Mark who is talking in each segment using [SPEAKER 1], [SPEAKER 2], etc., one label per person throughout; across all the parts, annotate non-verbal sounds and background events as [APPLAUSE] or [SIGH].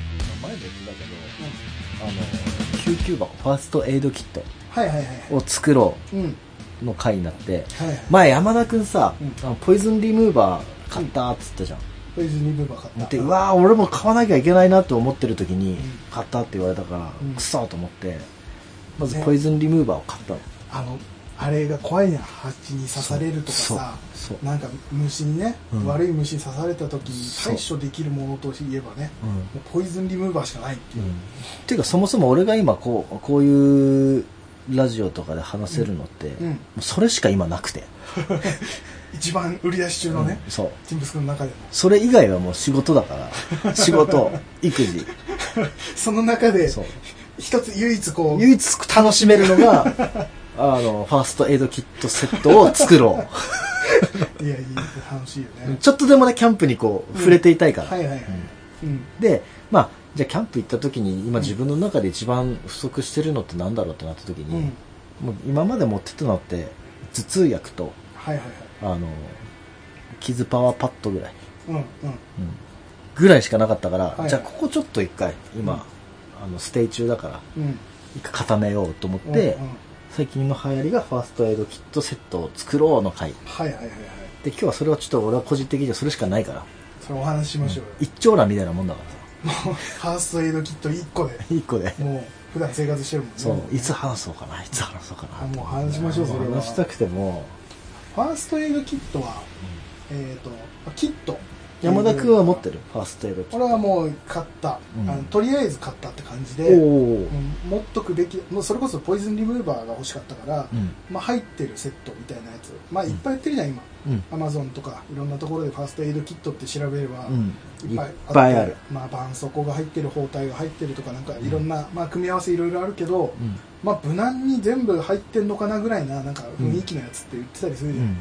[SPEAKER 1] 言ってたけど、あの、救急箱、ファーストエイドキット
[SPEAKER 2] はいはいはい
[SPEAKER 1] を作ろ
[SPEAKER 2] うんはいう
[SPEAKER 1] の回になって、
[SPEAKER 2] はい
[SPEAKER 1] 前山田くんさ、
[SPEAKER 2] うん
[SPEAKER 1] あのポイズンリムーバー買ったっつったじゃん。
[SPEAKER 2] ポイズンリムーバー買った
[SPEAKER 1] で、うわー俺も買わなきゃいけないなと思ってる時に
[SPEAKER 2] ん、
[SPEAKER 1] 買ったって言われたから、
[SPEAKER 2] うん
[SPEAKER 1] くそーと思って、まず
[SPEAKER 2] ね
[SPEAKER 1] ポイズンリムーバーを買ったの。
[SPEAKER 2] あのあれが怖いね蜂に刺されるとかさ
[SPEAKER 1] そうそう
[SPEAKER 2] なんか虫にね、
[SPEAKER 1] うん
[SPEAKER 2] 悪い虫に刺された時
[SPEAKER 1] そう
[SPEAKER 2] に対処できるものといえばね
[SPEAKER 1] うん
[SPEAKER 2] もうポイズンリムーバーしかないっていう、
[SPEAKER 1] っていうかそもそも俺が今こうこういうラジオとかで話せるのって、
[SPEAKER 2] んうん
[SPEAKER 1] もうそれしか今なくて、
[SPEAKER 2] [LAUGHS] 一番売り出し中のね、
[SPEAKER 1] そう
[SPEAKER 2] 人物の中でも
[SPEAKER 1] それ以外はもう仕事だから
[SPEAKER 2] [LAUGHS]
[SPEAKER 1] 仕事育児
[SPEAKER 2] その中で
[SPEAKER 1] そう
[SPEAKER 2] 一つ唯一こう
[SPEAKER 1] 唯一楽しめるの
[SPEAKER 2] [LAUGHS]
[SPEAKER 1] があのファーストエイドキットセットを作ろ
[SPEAKER 2] いやいい楽しいよ
[SPEAKER 1] う
[SPEAKER 2] ね
[SPEAKER 1] ちょっとでもねキャンプにこう触れていたいから、
[SPEAKER 2] はいはいはいうん
[SPEAKER 1] でまあじゃあキャンプ行った時に今自分の中で一番不足してるのってなんだろうってなった時
[SPEAKER 2] うん、
[SPEAKER 1] に、もう今まで持ってたのって頭痛薬と
[SPEAKER 2] はいはいはい
[SPEAKER 1] あの傷パワーパッドぐらい、
[SPEAKER 2] うんうん
[SPEAKER 1] ぐらいしかなかったから、
[SPEAKER 2] いはい
[SPEAKER 1] じゃあここちょっと一回今、あのステイ中だから
[SPEAKER 2] うん
[SPEAKER 1] 一回固めようと思っ
[SPEAKER 2] うん
[SPEAKER 1] て、
[SPEAKER 2] うん
[SPEAKER 1] 最近の流行りがファーストエイドキットセットを作ろうの回
[SPEAKER 2] はいはいはいはい
[SPEAKER 1] で今日はそれはちょっと俺は個人的にはそれしかないから
[SPEAKER 2] それお話ししましょうよ、
[SPEAKER 1] 一長羅みたいなもんだからさ
[SPEAKER 2] もうファーストエイドキット1個で
[SPEAKER 1] 一個で
[SPEAKER 2] もう普段生活してるもんね
[SPEAKER 1] そう、いつ話そうかないつ話そうかな
[SPEAKER 2] あもう話しましょうそれは
[SPEAKER 1] 話したくても
[SPEAKER 2] ファーストエイドキットは、えっ、とキット
[SPEAKER 1] 山田君は持ってるファーストエイドキッ
[SPEAKER 2] 俺はもう買った、
[SPEAKER 1] うん
[SPEAKER 2] あのとりあえず買ったって感じで
[SPEAKER 1] トおお
[SPEAKER 2] うん持っとくべきもうそれこそポイズンリムーバーが欲しかったから、
[SPEAKER 1] うん
[SPEAKER 2] まあ、入ってるセットみたいなやつ、まあ、いっぱい売ってるじゃん今
[SPEAKER 1] うん
[SPEAKER 2] アマゾンとかいろんなところでファーストエイドキットって調べれば、
[SPEAKER 1] うんい
[SPEAKER 2] いっ
[SPEAKER 1] っ
[SPEAKER 2] ぱいあって
[SPEAKER 1] ぱいある
[SPEAKER 2] まあ、絆創膏が入ってる包帯が入ってるとかなんかいろんな、まあ、組み合わせいろいろあるけど、
[SPEAKER 1] うん
[SPEAKER 2] まあ、無難に全部入ってんのかなぐらいななんか雰囲気のやつって言ってたりする
[SPEAKER 1] う
[SPEAKER 2] じゃん、
[SPEAKER 1] ん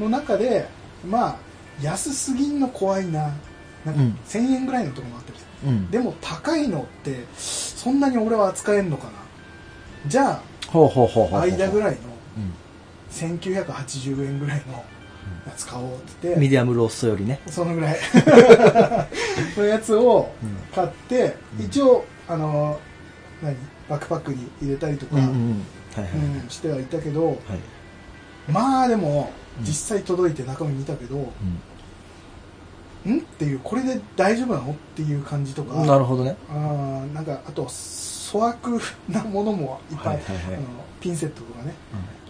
[SPEAKER 2] の中でまあ安すぎんの怖いななんか
[SPEAKER 1] うん
[SPEAKER 2] 1000円ぐらいのとこもあったりする
[SPEAKER 1] うん
[SPEAKER 2] でも高いのってそんなに俺は扱えんのかなじゃ
[SPEAKER 1] ほうほうほうほうほ
[SPEAKER 2] あ
[SPEAKER 1] う
[SPEAKER 2] 間ぐ
[SPEAKER 1] い、
[SPEAKER 2] らいの
[SPEAKER 1] うん
[SPEAKER 2] 1980円ぐらいのやつ買おうって言
[SPEAKER 1] ミ
[SPEAKER 2] って
[SPEAKER 1] ディアムローストよりね。
[SPEAKER 2] そのぐ
[SPEAKER 1] [LAUGHS]
[SPEAKER 2] らいのやつを買って
[SPEAKER 1] うん
[SPEAKER 2] 一応あの何バックパックに入れたりとか、
[SPEAKER 1] ん。はいはい。
[SPEAKER 2] うんしてはいたけど
[SPEAKER 1] はい。
[SPEAKER 2] まあでも
[SPEAKER 1] うん
[SPEAKER 2] 実際届いて中身見たけど、んっていうこれで大丈夫なのっていう感じとか
[SPEAKER 1] なるほどね。
[SPEAKER 2] あーなんかあと粗悪なものもいっぱ
[SPEAKER 1] は
[SPEAKER 2] い、
[SPEAKER 1] いはいはい
[SPEAKER 2] あのピンセットとかね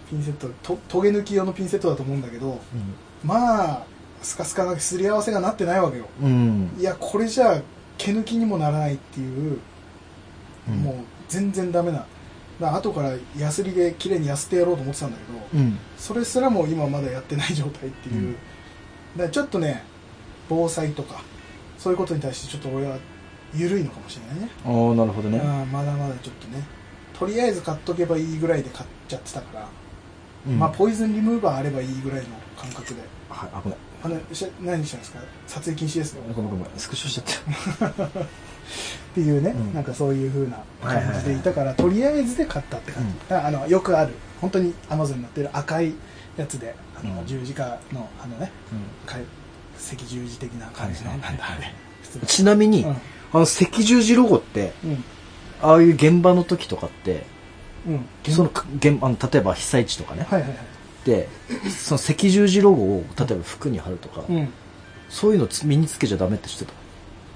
[SPEAKER 2] ピンセットとトゲ抜き用のピンセットだと思うんだけどまあスカスカなすり合わせがなってないわけよ
[SPEAKER 1] うん。
[SPEAKER 2] いやこれじゃ毛抜きにもならないっていう、
[SPEAKER 1] うん
[SPEAKER 2] もう全然ダメなだから後からヤスリで綺麗にやすってやろうと思ってたんだけど、
[SPEAKER 1] うん。
[SPEAKER 2] それすらも今まだやってない状態っていう、
[SPEAKER 1] うん
[SPEAKER 2] だからちょっとね防災とかそういうことに対してちょっと俺は緩いのかもしれないね
[SPEAKER 1] ああ、なるほどね。
[SPEAKER 2] ああまだまだちょっとねとりあえず買っとけばいいぐらいで買っちゃってたから、
[SPEAKER 1] うん
[SPEAKER 2] まあポイズンリムーバーあればいいぐらいの感覚で
[SPEAKER 1] はい、あ、ごめん。
[SPEAKER 2] あのし何したんですか撮影禁止ですよ
[SPEAKER 1] ごめんごめん。スクショしちゃった。
[SPEAKER 2] っていうね、
[SPEAKER 1] うん
[SPEAKER 2] なんかそういう風な感じでいたから、とりあえずで買ったって感じ、
[SPEAKER 1] うん
[SPEAKER 2] だからあのよくある本当にアマゾンになってる赤いやつであの、
[SPEAKER 1] うん
[SPEAKER 2] 十字架のあのねかい赤十字的な感じの
[SPEAKER 1] は
[SPEAKER 2] ないんだ
[SPEAKER 1] はいはい
[SPEAKER 2] あれ普通
[SPEAKER 1] ちなみに、
[SPEAKER 2] うん
[SPEAKER 1] あの、赤十字ロゴって、
[SPEAKER 2] うん
[SPEAKER 1] ああいう現場の時とかって、
[SPEAKER 2] うん
[SPEAKER 1] その、現場の、例えば被災地とかね。
[SPEAKER 2] はいはいはい
[SPEAKER 1] で、その赤十字ロゴを、例えば服に貼るとか、
[SPEAKER 2] うん
[SPEAKER 1] そういうのつ身につけちゃダメって知ってた。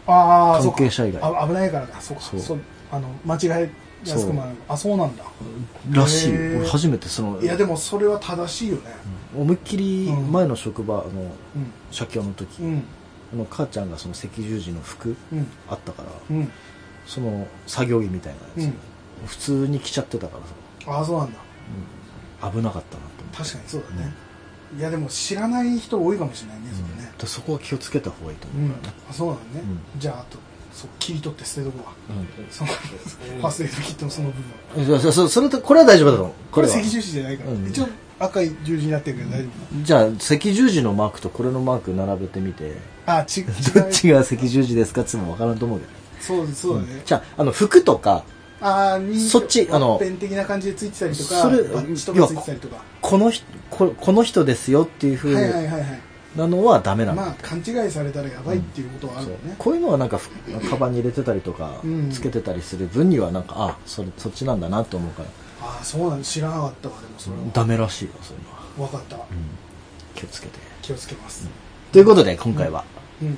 [SPEAKER 2] ああ
[SPEAKER 1] 関係者以外
[SPEAKER 2] あ危ないからかそうか
[SPEAKER 1] そ
[SPEAKER 2] そううあの間違えやすくもなるあそうなんだ
[SPEAKER 1] らしいよ
[SPEAKER 2] へー
[SPEAKER 1] 俺初めてその、
[SPEAKER 2] いやでもそれは正しいよね
[SPEAKER 1] 思いっきり前の職場、あの、
[SPEAKER 2] うん
[SPEAKER 1] 社協の時、
[SPEAKER 2] うん
[SPEAKER 1] あの母ちゃんがその赤十字の服
[SPEAKER 2] うん
[SPEAKER 1] あったから、
[SPEAKER 2] うん
[SPEAKER 1] その作業着みたいなやつ、普通に着ちゃってたからさ、
[SPEAKER 2] ああそうなんだ
[SPEAKER 1] 危なかったなと思って
[SPEAKER 2] 確かにそうだね、いやでも知らない人多いかもしれないねそれね
[SPEAKER 1] でそこは気をつけた方がいいと
[SPEAKER 2] う
[SPEAKER 1] 思
[SPEAKER 2] ん、
[SPEAKER 1] うからね、
[SPEAKER 2] あそうなのね、
[SPEAKER 1] う
[SPEAKER 2] じゃああとそう切り取って捨てとこうわ
[SPEAKER 1] うん
[SPEAKER 2] そのファーストエイドキットのその部分
[SPEAKER 1] そうそうそうそれとこれは大丈夫だと思う
[SPEAKER 2] こ
[SPEAKER 1] これ
[SPEAKER 2] れ
[SPEAKER 1] は
[SPEAKER 2] 赤十字じゃないから、
[SPEAKER 1] うん
[SPEAKER 2] 一応赤い十字になってるけど大丈
[SPEAKER 1] じゃあ赤十字のマークとこれのマーク並べてみて
[SPEAKER 2] 夫、あ [LAUGHS] ち違う
[SPEAKER 1] どっ [LAUGHS] ちが赤十字ですかっつうのも分からんと思うけどね
[SPEAKER 2] そうそうだね、
[SPEAKER 1] じゃああの服とか
[SPEAKER 2] あに
[SPEAKER 1] そっちあの
[SPEAKER 2] ペン的な感じでついてたりとか
[SPEAKER 1] それ
[SPEAKER 2] バッチとかついてたりとか
[SPEAKER 1] この人ここの人ですよっていうふう
[SPEAKER 2] はいはい
[SPEAKER 1] に
[SPEAKER 2] はいはい
[SPEAKER 1] なのはダメなの、
[SPEAKER 2] まあ勘違いされたらやばいっていうことはある
[SPEAKER 1] そう
[SPEAKER 2] もんね、
[SPEAKER 1] こういうのはなんかふカバンに入れてたりとか
[SPEAKER 2] うん
[SPEAKER 1] つけてたりする分にはなんかあそれそっちなんだなと思うから
[SPEAKER 2] ああそうなの知らなかったわでもそれは
[SPEAKER 1] ダメらしいよそういうのは、
[SPEAKER 2] 分かった
[SPEAKER 1] 気をつけて
[SPEAKER 2] 気をつけます
[SPEAKER 1] ということで今回は、
[SPEAKER 2] うん、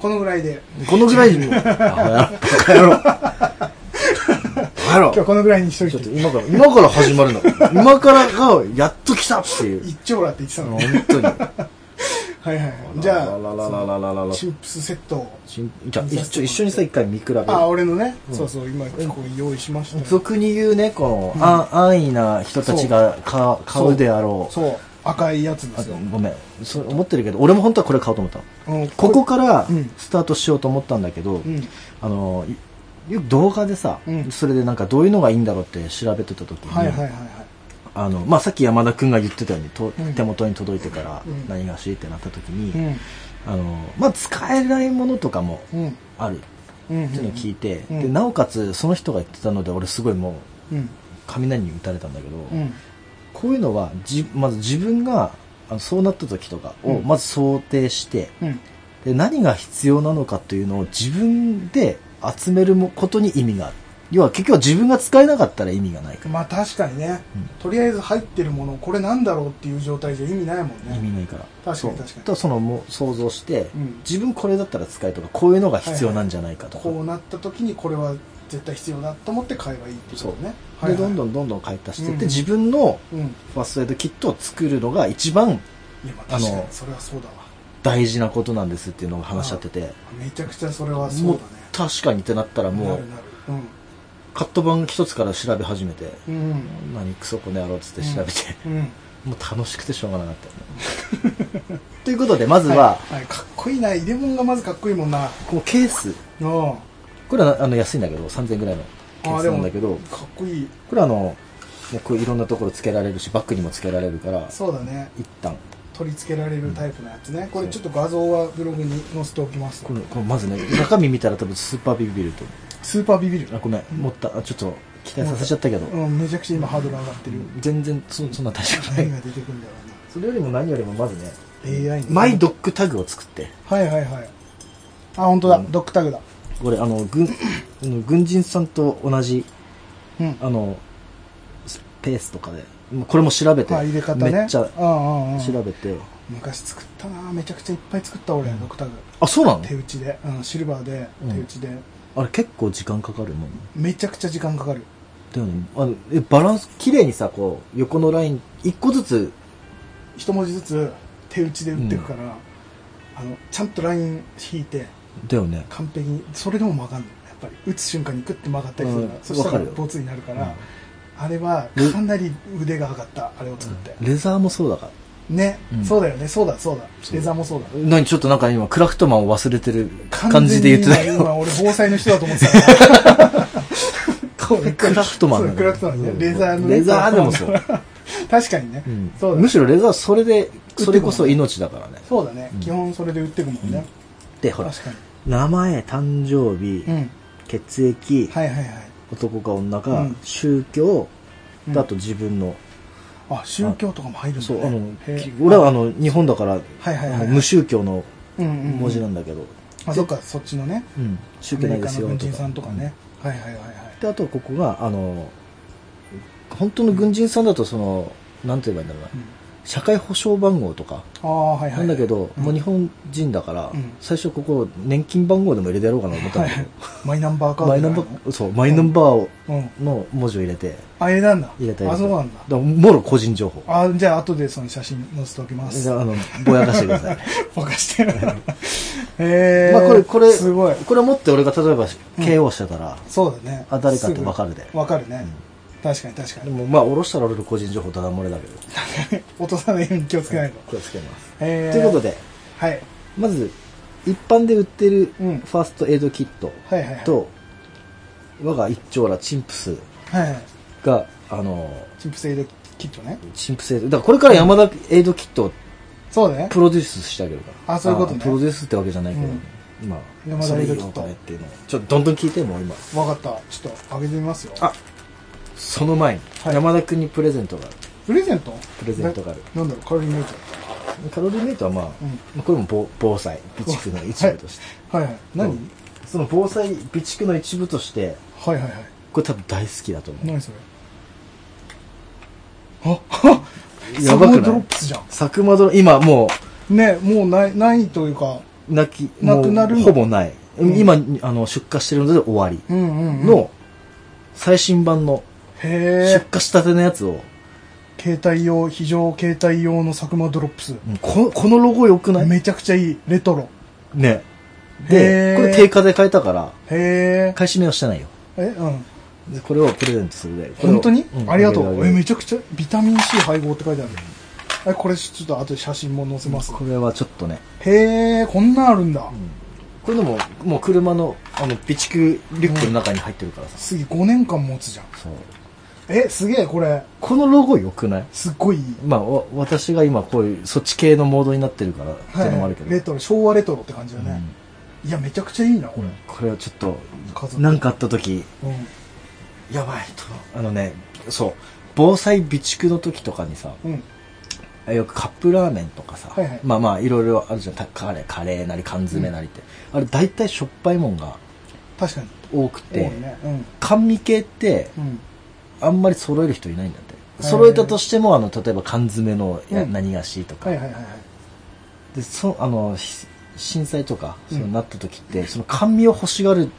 [SPEAKER 2] このぐらいで
[SPEAKER 1] このぐらいでもうあほやろバカ野郎バカ野郎
[SPEAKER 2] 今日このぐらいにしとい
[SPEAKER 1] ち
[SPEAKER 2] て
[SPEAKER 1] ょっと今から今から始まるの今からがやっと来たっていう
[SPEAKER 2] 一丁らって言ってたの
[SPEAKER 1] 本
[SPEAKER 2] ね
[SPEAKER 1] 当に
[SPEAKER 2] はいはいはいじゃあ
[SPEAKER 1] ララララララララ
[SPEAKER 2] チップスセットを
[SPEAKER 1] しんじゃあ一緒一緒にさ一回見比べる
[SPEAKER 2] あ俺のね、そうそう今こう用意しましたよ
[SPEAKER 1] 俗に言うねこの、あ安易な人たちがか買うであろう
[SPEAKER 2] そう赤いやつですよ
[SPEAKER 1] あごめんそう思ってるけど俺も本当はこれ買おうと思ったの
[SPEAKER 2] うん
[SPEAKER 1] ここから
[SPEAKER 2] うん
[SPEAKER 1] スタートしようと思ったんだけど、
[SPEAKER 2] うん
[SPEAKER 1] あのいよく動画でさ、
[SPEAKER 2] うん
[SPEAKER 1] それでなんかどういうのがいいんだろうって調べてた時に、
[SPEAKER 2] はいはいはいはい
[SPEAKER 1] あのまあ、さっき山田君が言ってたようにと
[SPEAKER 2] うん
[SPEAKER 1] 手元に届いてから
[SPEAKER 2] うん
[SPEAKER 1] 何が欲しいってなった時に、
[SPEAKER 2] うん
[SPEAKER 1] あのまあ、使えないものとかも
[SPEAKER 2] うん
[SPEAKER 1] あるっ
[SPEAKER 2] うん
[SPEAKER 1] ていうのを聞いて、
[SPEAKER 2] うん
[SPEAKER 1] でなおかつその人が言ってたので俺すごいもう
[SPEAKER 2] うん
[SPEAKER 1] 雷に打たれたんだけど、
[SPEAKER 2] うん
[SPEAKER 1] こういうのはじまず自分があのそうなった時とかを
[SPEAKER 2] うん
[SPEAKER 1] まず想定して、
[SPEAKER 2] うん
[SPEAKER 1] で何が必要なのかというのを自分で集めるもことに意味がある要は結局は自分が使えなかったら意味がないから、
[SPEAKER 2] まあ確かにね、
[SPEAKER 1] うん
[SPEAKER 2] とりあえず入ってるものこれなんだろうっていう状態じゃ意味ないもん
[SPEAKER 1] 意
[SPEAKER 2] ね
[SPEAKER 1] 味ないから
[SPEAKER 2] 確かに
[SPEAKER 1] そう
[SPEAKER 2] 確かに
[SPEAKER 1] とそのもう想像して、
[SPEAKER 2] うん
[SPEAKER 1] 自分これだったら使えとかこういうのが必要なんじゃないかとか、
[SPEAKER 2] こうなった時にこれは絶対必要だと思って買えばいいってことね
[SPEAKER 1] でどん
[SPEAKER 2] ん
[SPEAKER 1] どんどんどん買い足してって、
[SPEAKER 2] うん
[SPEAKER 1] 自分の
[SPEAKER 2] うんい
[SPEAKER 1] ファーストエイドキットを作るのが一番
[SPEAKER 2] やまあ確か
[SPEAKER 1] あ
[SPEAKER 2] に
[SPEAKER 1] の
[SPEAKER 2] それはそうだわ
[SPEAKER 1] 大事なことなんですっていうのを話し合ってて、
[SPEAKER 2] めちゃくちゃそれはそうだ
[SPEAKER 1] もう
[SPEAKER 2] ね
[SPEAKER 1] 確かにってなったらも
[SPEAKER 2] な
[SPEAKER 1] う
[SPEAKER 2] るなる
[SPEAKER 1] カット版一つから調べ始めて、
[SPEAKER 2] うんうん
[SPEAKER 1] 何クソこの野郎っつって調べて、
[SPEAKER 2] うん、
[SPEAKER 1] もう楽しくてしょうがなかったよね [LAUGHS] ということでまずは、
[SPEAKER 2] いい、かっこいいな入れ物がまずかっこいいもんな
[SPEAKER 1] このケース
[SPEAKER 2] うんあ
[SPEAKER 1] これはあの安いんだけど3000円ぐらいのケー
[SPEAKER 2] ー
[SPEAKER 1] スなんだけど
[SPEAKER 2] かっこいい
[SPEAKER 1] これはあのもうこういろんなところつけられるしバッグにもつけられるから
[SPEAKER 2] そうだね
[SPEAKER 1] 一旦
[SPEAKER 2] 取り付けられるタイプのやつねこれちょっと画像はブログに載せておきます
[SPEAKER 1] このこのまず [LAUGHS] ね中身見たら多分スーパービビると思
[SPEAKER 2] スーパービビる
[SPEAKER 1] うあごめん持ったあちょっと期待させちゃったけど、
[SPEAKER 2] うんめちゃくちゃ今ハードル上がってる
[SPEAKER 1] 全然そそんな大丈夫な
[SPEAKER 2] 何
[SPEAKER 1] い
[SPEAKER 2] が出てくるんだろうな
[SPEAKER 1] それよりも何よりもまずね
[SPEAKER 2] AI ね
[SPEAKER 1] マイドッグタグを作って
[SPEAKER 2] はいはいはいあ本当だ、
[SPEAKER 1] うん
[SPEAKER 2] ドックタグだ
[SPEAKER 1] これあの軍あの軍人さんと同じ
[SPEAKER 2] うん
[SPEAKER 1] あのスペースとかでもうこれも調べて、
[SPEAKER 2] あ入れ方ね
[SPEAKER 1] めっちゃ
[SPEAKER 2] うんうんうん
[SPEAKER 1] 調べて、
[SPEAKER 2] 昔作ったなめちゃくちゃいっぱい作った俺、ドックタグ
[SPEAKER 1] あそうなの
[SPEAKER 2] 手打ちで、うん、シルバーで
[SPEAKER 1] うん
[SPEAKER 2] 手打ちで、
[SPEAKER 1] あれ結構時間かかるもん
[SPEAKER 2] めちゃくちゃ時間かかる
[SPEAKER 1] だよねあのえバランス綺麗にさこう横のライン一個ずつ
[SPEAKER 2] 一文字ずつ手打ちで打っていくから、あのちゃんとライン引いて
[SPEAKER 1] だよね
[SPEAKER 2] 完璧にそれでも曲がんのやっぱり打つ瞬間にグッて曲がったりするから、
[SPEAKER 1] うん
[SPEAKER 2] そした
[SPEAKER 1] わ
[SPEAKER 2] ら
[SPEAKER 1] かるよ
[SPEAKER 2] ボツになるから、
[SPEAKER 1] うん
[SPEAKER 2] あれは
[SPEAKER 1] ね
[SPEAKER 2] かなり腕が上がったあれを作って、
[SPEAKER 1] レザーもそうだから
[SPEAKER 2] ね、
[SPEAKER 1] うん
[SPEAKER 2] そうだよねそうだそうだ
[SPEAKER 1] そう
[SPEAKER 2] レザーもそうだ
[SPEAKER 1] 何ちょっとなんか今クラフトマンを忘れてる感じで言ってたけ
[SPEAKER 2] 完全に今今
[SPEAKER 1] ど
[SPEAKER 2] 俺防災の人だと思ってたから
[SPEAKER 1] これ [LAUGHS] クラフトマン
[SPEAKER 2] そうクラフトマンねレザーのね
[SPEAKER 1] レザーでもそう、
[SPEAKER 2] [LAUGHS] 確かにね、
[SPEAKER 1] うん
[SPEAKER 2] そうだ
[SPEAKER 1] むしろレザーはそれでそれこそ命だからね
[SPEAKER 2] そうだね、
[SPEAKER 1] うん
[SPEAKER 2] 基本それで打っていくもんね、
[SPEAKER 1] でほら
[SPEAKER 2] 確かに
[SPEAKER 1] 名前誕生日、
[SPEAKER 2] うん
[SPEAKER 1] 血液、
[SPEAKER 2] はいはいはい
[SPEAKER 1] 男か女か、
[SPEAKER 2] うん
[SPEAKER 1] 宗教
[SPEAKER 2] うん
[SPEAKER 1] だと自分の、
[SPEAKER 2] あ宗教とかも入るんだ、ね、
[SPEAKER 1] そうあの
[SPEAKER 2] へ
[SPEAKER 1] き
[SPEAKER 2] え
[SPEAKER 1] 俺はあの日本だから、
[SPEAKER 2] はいはいはい
[SPEAKER 1] あの無宗教の
[SPEAKER 2] うんうんうん
[SPEAKER 1] 文字なんだけど、
[SPEAKER 2] あそっかそっちのね
[SPEAKER 1] うん宗教ないですよ
[SPEAKER 2] アメリカの軍
[SPEAKER 1] と
[SPEAKER 2] 人さんとか
[SPEAKER 1] か、
[SPEAKER 2] ね、はいはいはいはい
[SPEAKER 1] であとここがあの本当の軍人さんだとそのなんて言えばいいんだろうな、
[SPEAKER 2] うん
[SPEAKER 1] 社会保障番号とか
[SPEAKER 2] ああはいはい
[SPEAKER 1] なんだけど、
[SPEAKER 2] うん
[SPEAKER 1] もう日本人だから、
[SPEAKER 2] うん
[SPEAKER 1] 最初ここ年金番号でも入れてやろうかなと思ったん
[SPEAKER 2] は
[SPEAKER 1] だ
[SPEAKER 2] い
[SPEAKER 1] け
[SPEAKER 2] は
[SPEAKER 1] ど、
[SPEAKER 2] いマイナンバーカード
[SPEAKER 1] マイナンバーそうマイナンバーを
[SPEAKER 2] うん
[SPEAKER 1] の文字を入れて
[SPEAKER 2] あ入れたんだ
[SPEAKER 1] 入れた
[SPEAKER 2] あそうなんだ
[SPEAKER 1] だからもろ個人情報
[SPEAKER 2] あじゃあ後でその写真載せておきま
[SPEAKER 1] じ
[SPEAKER 2] す
[SPEAKER 1] ゃあ、あの、ぼやかしてください。
[SPEAKER 2] [LAUGHS] ぼ
[SPEAKER 1] [LAUGHS]
[SPEAKER 2] かしてる [LAUGHS] へえ
[SPEAKER 1] まあ、これ、これ、
[SPEAKER 2] すごい
[SPEAKER 1] これ持って俺が例えば KO してたら、
[SPEAKER 2] そうだね
[SPEAKER 1] あ誰かってわかるです
[SPEAKER 2] ぐわかるね、確かに確か
[SPEAKER 1] で
[SPEAKER 2] に [LAUGHS]
[SPEAKER 1] も、まあ、下ろしたら俺の個人情報ただ漏れだけど、
[SPEAKER 2] 落とさないように気をつけないと、
[SPEAKER 1] 気をつけます。
[SPEAKER 2] へえ
[SPEAKER 1] ということで、
[SPEAKER 2] はい
[SPEAKER 1] まず、一般で売ってるフ
[SPEAKER 2] うん
[SPEAKER 1] ァーストエイドキット
[SPEAKER 2] はいはいはい
[SPEAKER 1] と、我が一丁羅チンプス
[SPEAKER 2] はいはい
[SPEAKER 1] が、あの、
[SPEAKER 2] チップスエイドキットね
[SPEAKER 1] チンプスエイド、だからこれから山田エイドキットを
[SPEAKER 2] そうだね
[SPEAKER 1] プロデュースしてあげるから。
[SPEAKER 2] あそういうことね
[SPEAKER 1] プロデュースってわけじゃないけど
[SPEAKER 2] うん、
[SPEAKER 1] 今、
[SPEAKER 2] 山田
[SPEAKER 1] それ
[SPEAKER 2] エイドキット
[SPEAKER 1] いいのかねっていうのをちょっとどんどん聞いて、もう今。
[SPEAKER 2] わかったちょっと上げてみますよ
[SPEAKER 1] あその前に、
[SPEAKER 2] はい
[SPEAKER 1] 山田君にプレゼントがある。
[SPEAKER 2] プレゼント
[SPEAKER 1] プレゼントがある
[SPEAKER 2] ななんだろうカロリーメイト
[SPEAKER 1] カロリーメイトはまあ、
[SPEAKER 2] うん
[SPEAKER 1] まあこれも防防災備蓄の一部として、
[SPEAKER 2] はいはい何はい
[SPEAKER 1] その防災備蓄の一部として
[SPEAKER 2] はいはい
[SPEAKER 1] これ多分大好きだと思う
[SPEAKER 2] 何それあはっ
[SPEAKER 1] やばくない
[SPEAKER 2] サムドロップスじゃ
[SPEAKER 1] 佐久間殿今も
[SPEAKER 2] んねもうないないというか
[SPEAKER 1] うなき
[SPEAKER 2] なくなる
[SPEAKER 1] もうほぼない、
[SPEAKER 2] うん
[SPEAKER 1] 今あの出荷してるので終わり
[SPEAKER 2] うんうん、うん、
[SPEAKER 1] の最新版の
[SPEAKER 2] へ
[SPEAKER 1] 出
[SPEAKER 2] え
[SPEAKER 1] 荷したてのやつを、
[SPEAKER 2] 携帯用非常携帯用の佐久間ドロップス
[SPEAKER 1] うんここのロゴよくない
[SPEAKER 2] めちゃくちゃいいレトロ
[SPEAKER 1] ね
[SPEAKER 2] へ
[SPEAKER 1] で
[SPEAKER 2] ー
[SPEAKER 1] これ定価で買えたから
[SPEAKER 2] へえ
[SPEAKER 1] 買い占めはしてないよ
[SPEAKER 2] えうん
[SPEAKER 1] でこれをプレゼントするでこれを
[SPEAKER 2] 本当に、
[SPEAKER 1] ん
[SPEAKER 2] ありが
[SPEAKER 1] あ
[SPEAKER 2] と
[SPEAKER 1] げる
[SPEAKER 2] う
[SPEAKER 1] あ
[SPEAKER 2] え
[SPEAKER 1] げる
[SPEAKER 2] めちゃくちゃビタミン C 配合って書いてある、えこれちょっと後で写真も載せます、
[SPEAKER 1] これはちょっとね
[SPEAKER 2] へえこんなんあるんだ、
[SPEAKER 1] これでももう車のあの備蓄リュックの中に入ってるからさ、
[SPEAKER 2] 次5年間持つじゃん
[SPEAKER 1] そう
[SPEAKER 2] えすげえこれ
[SPEAKER 1] このロゴよくない
[SPEAKER 2] すっごいいい
[SPEAKER 1] まあわ私が今こういうそっち系のモードになってるからっていうのもあるけど、
[SPEAKER 2] レトロ昭和レトロって感じだね、いやめちゃくちゃいいなこれ、
[SPEAKER 1] これはちょっと
[SPEAKER 2] 家族
[SPEAKER 1] 何かあった時
[SPEAKER 2] うん
[SPEAKER 1] やばいとあのねそう防災備蓄の時とかにさ
[SPEAKER 2] うん
[SPEAKER 1] よくカップラーメンとかさ、
[SPEAKER 2] はいはい
[SPEAKER 1] まあまあいろいろあるじゃんたカレーカレーなり缶詰なりって、あれ大体しょっぱいもんが
[SPEAKER 2] 確かに
[SPEAKER 1] 多く
[SPEAKER 2] 多
[SPEAKER 1] て、
[SPEAKER 2] いねう
[SPEAKER 1] 甘味系って
[SPEAKER 2] んうん
[SPEAKER 1] あんまり揃える人いないんだって
[SPEAKER 2] へー
[SPEAKER 1] 揃えたとしてもあの例えば缶詰のや、
[SPEAKER 2] うん
[SPEAKER 1] 何がしとか、
[SPEAKER 2] はいはいはいはい
[SPEAKER 1] でそあのひ震災とか
[SPEAKER 2] う
[SPEAKER 1] そ
[SPEAKER 2] ん
[SPEAKER 1] うなった時って、その甘味を欲しがる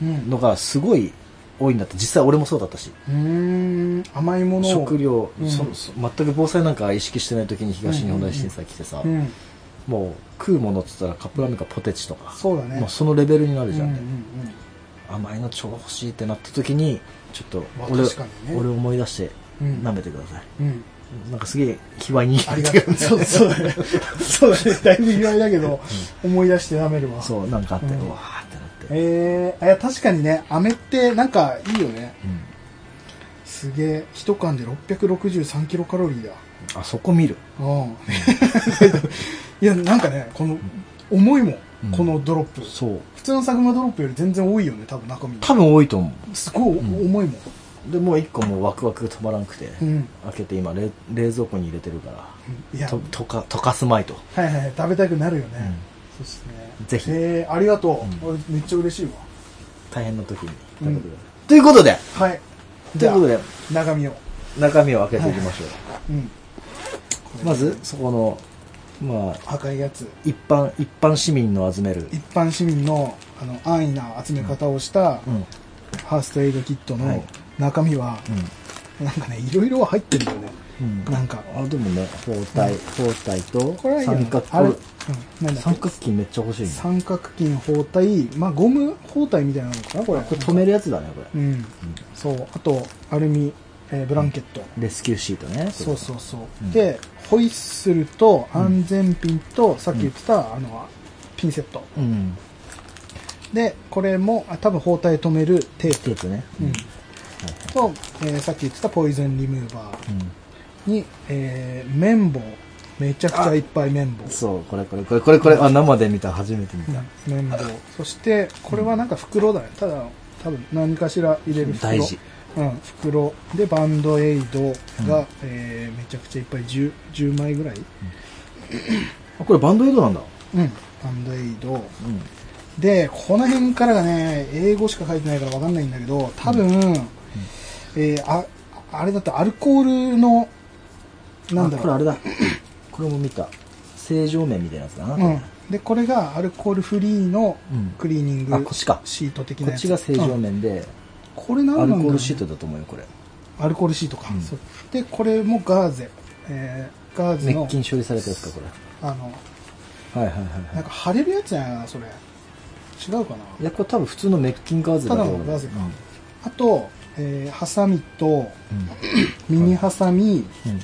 [SPEAKER 2] うん
[SPEAKER 1] のがすごい多いんだって実際俺もそうだったし
[SPEAKER 2] うーん甘いものを
[SPEAKER 1] 食料、
[SPEAKER 2] うん
[SPEAKER 1] そそ全く防災なんか意識してない時に東日本大震災来てさ、
[SPEAKER 2] うん
[SPEAKER 1] もう食うものっつったらカップラーメンかポテチとか
[SPEAKER 2] そうだね
[SPEAKER 1] もうそのレベルになるじゃん、
[SPEAKER 2] うん
[SPEAKER 1] ね甘いの超欲しいってなった時にちょっと
[SPEAKER 2] まあ
[SPEAKER 1] 俺,、
[SPEAKER 2] 確かにね
[SPEAKER 1] 俺思い出して
[SPEAKER 2] うんうん
[SPEAKER 1] 舐めてください、
[SPEAKER 2] うんうん
[SPEAKER 1] なんかすげえ卑猥に
[SPEAKER 2] ありがとうそうそうだねそうだねだいぶ意外だけど思い出して舐めるわ
[SPEAKER 1] そうなんかあって、
[SPEAKER 2] うん
[SPEAKER 1] うわーってなって、
[SPEAKER 2] えー、いや確かにね飴ってなんかいいよね
[SPEAKER 1] うん
[SPEAKER 2] すげえ一缶で663キロカロリーだ
[SPEAKER 1] あそこ見る
[SPEAKER 2] うん [LAUGHS] いやなんかねこの重いもん、
[SPEAKER 1] うん
[SPEAKER 2] このドロップ
[SPEAKER 1] そう
[SPEAKER 2] 普通のサグマドロップより全然多いよね多分中身
[SPEAKER 1] 多分多いと思
[SPEAKER 2] すごい重いもん、
[SPEAKER 1] うでもう一個もうワクワク止まらなくて、
[SPEAKER 2] うん
[SPEAKER 1] 開けて今冷冷蔵庫に入れてるから
[SPEAKER 2] いや
[SPEAKER 1] ととか溶かすまいと
[SPEAKER 2] はいはいはい食べたくなるよね、そうですね
[SPEAKER 1] ぜひ
[SPEAKER 2] えー、ありがとう、
[SPEAKER 1] う
[SPEAKER 2] 俺めっちゃ嬉しいわ
[SPEAKER 1] 大変な時に食べてください、ということで
[SPEAKER 2] はい
[SPEAKER 1] と
[SPEAKER 2] じ
[SPEAKER 1] い
[SPEAKER 2] ゃ
[SPEAKER 1] う
[SPEAKER 2] あ
[SPEAKER 1] ことで
[SPEAKER 2] 中身を
[SPEAKER 1] 中身を開けていきましょう、
[SPEAKER 2] うん
[SPEAKER 1] まずそこのまあ
[SPEAKER 2] 赤いやつ
[SPEAKER 1] 一般一般市民の集める、
[SPEAKER 2] 一般市民のあの安易な集め方をした、
[SPEAKER 1] うんうん、
[SPEAKER 2] ハーストエイドキット
[SPEAKER 1] は
[SPEAKER 2] の
[SPEAKER 1] い
[SPEAKER 2] 中身は、なんかねいろいろ入ってるんだよね、なんか
[SPEAKER 1] あでもね包帯、包帯と
[SPEAKER 2] これはいいよ
[SPEAKER 1] 三
[SPEAKER 2] ね
[SPEAKER 1] 角
[SPEAKER 2] あれ、うん
[SPEAKER 1] こ、
[SPEAKER 2] なん
[SPEAKER 1] れ
[SPEAKER 2] だっ
[SPEAKER 1] 三
[SPEAKER 2] け
[SPEAKER 1] 角巾めっちゃ欲しいね
[SPEAKER 2] 三角巾包帯まあゴム包帯みたいなのかなこれ
[SPEAKER 1] これ止めるやつだねこ
[SPEAKER 2] う
[SPEAKER 1] れ、
[SPEAKER 2] ん、そうあとアルミ、えーブランケット、
[SPEAKER 1] レスキューシートね
[SPEAKER 2] そうそううそう、
[SPEAKER 1] うん
[SPEAKER 2] でホイッスルと安全ピンと、さっき言ってた、あのピンセット
[SPEAKER 1] うん
[SPEAKER 2] でこれもあ多分包帯止めるテー
[SPEAKER 1] テ
[SPEAKER 2] プ、
[SPEAKER 1] ープね
[SPEAKER 2] うんと、えーさっき言ってたポイズンリムーバーに、えー綿棒めちゃくちゃいっぱい綿棒
[SPEAKER 1] そうこれこれこれこれこれあ生で見た初めて見た、
[SPEAKER 2] 綿棒そしてこれはなんか袋だねただ多分何かしら入れる袋
[SPEAKER 1] 大事
[SPEAKER 2] うん、袋でバンドエイドが、えーめちゃくちゃいっぱい 10, 10枚ぐらい、
[SPEAKER 1] あこれバンドエイドなんだ
[SPEAKER 2] うん、バンドエイド
[SPEAKER 1] うん
[SPEAKER 2] でこの辺からがね英語しか書いてないからわかんないんだけど多分、えーああれだったアルコールのなんだ
[SPEAKER 1] あこれ
[SPEAKER 2] ろ
[SPEAKER 1] あ
[SPEAKER 2] う
[SPEAKER 1] れだこれも見た正常面みたいなやつだな、
[SPEAKER 2] うん、でこれがアルコールフリーの
[SPEAKER 1] うん
[SPEAKER 2] クリーニン
[SPEAKER 1] あ
[SPEAKER 2] グ
[SPEAKER 1] こっちか
[SPEAKER 2] シート的
[SPEAKER 1] こ
[SPEAKER 2] な
[SPEAKER 1] っ
[SPEAKER 2] や
[SPEAKER 1] ち
[SPEAKER 2] つ、
[SPEAKER 1] が正常
[SPEAKER 2] うん
[SPEAKER 1] 面で、
[SPEAKER 2] これ何
[SPEAKER 1] ア
[SPEAKER 2] なん
[SPEAKER 1] ル
[SPEAKER 2] だろう
[SPEAKER 1] コ
[SPEAKER 2] ね
[SPEAKER 1] ールシートだと思うよこれ
[SPEAKER 2] アルコールシートか、
[SPEAKER 1] うん
[SPEAKER 2] そうでこれもガーゼ、えーガーゼの
[SPEAKER 1] 滅菌処理されたやつかこ
[SPEAKER 2] あの
[SPEAKER 1] れはいはいはいは
[SPEAKER 2] なん
[SPEAKER 1] い
[SPEAKER 2] か腫れるやつやなそれ違うかない
[SPEAKER 1] やこれ多分普通の滅菌ガーゼだと思う
[SPEAKER 2] ただのガーゼかあと、えーハサミとミニハサミ、
[SPEAKER 1] うんうん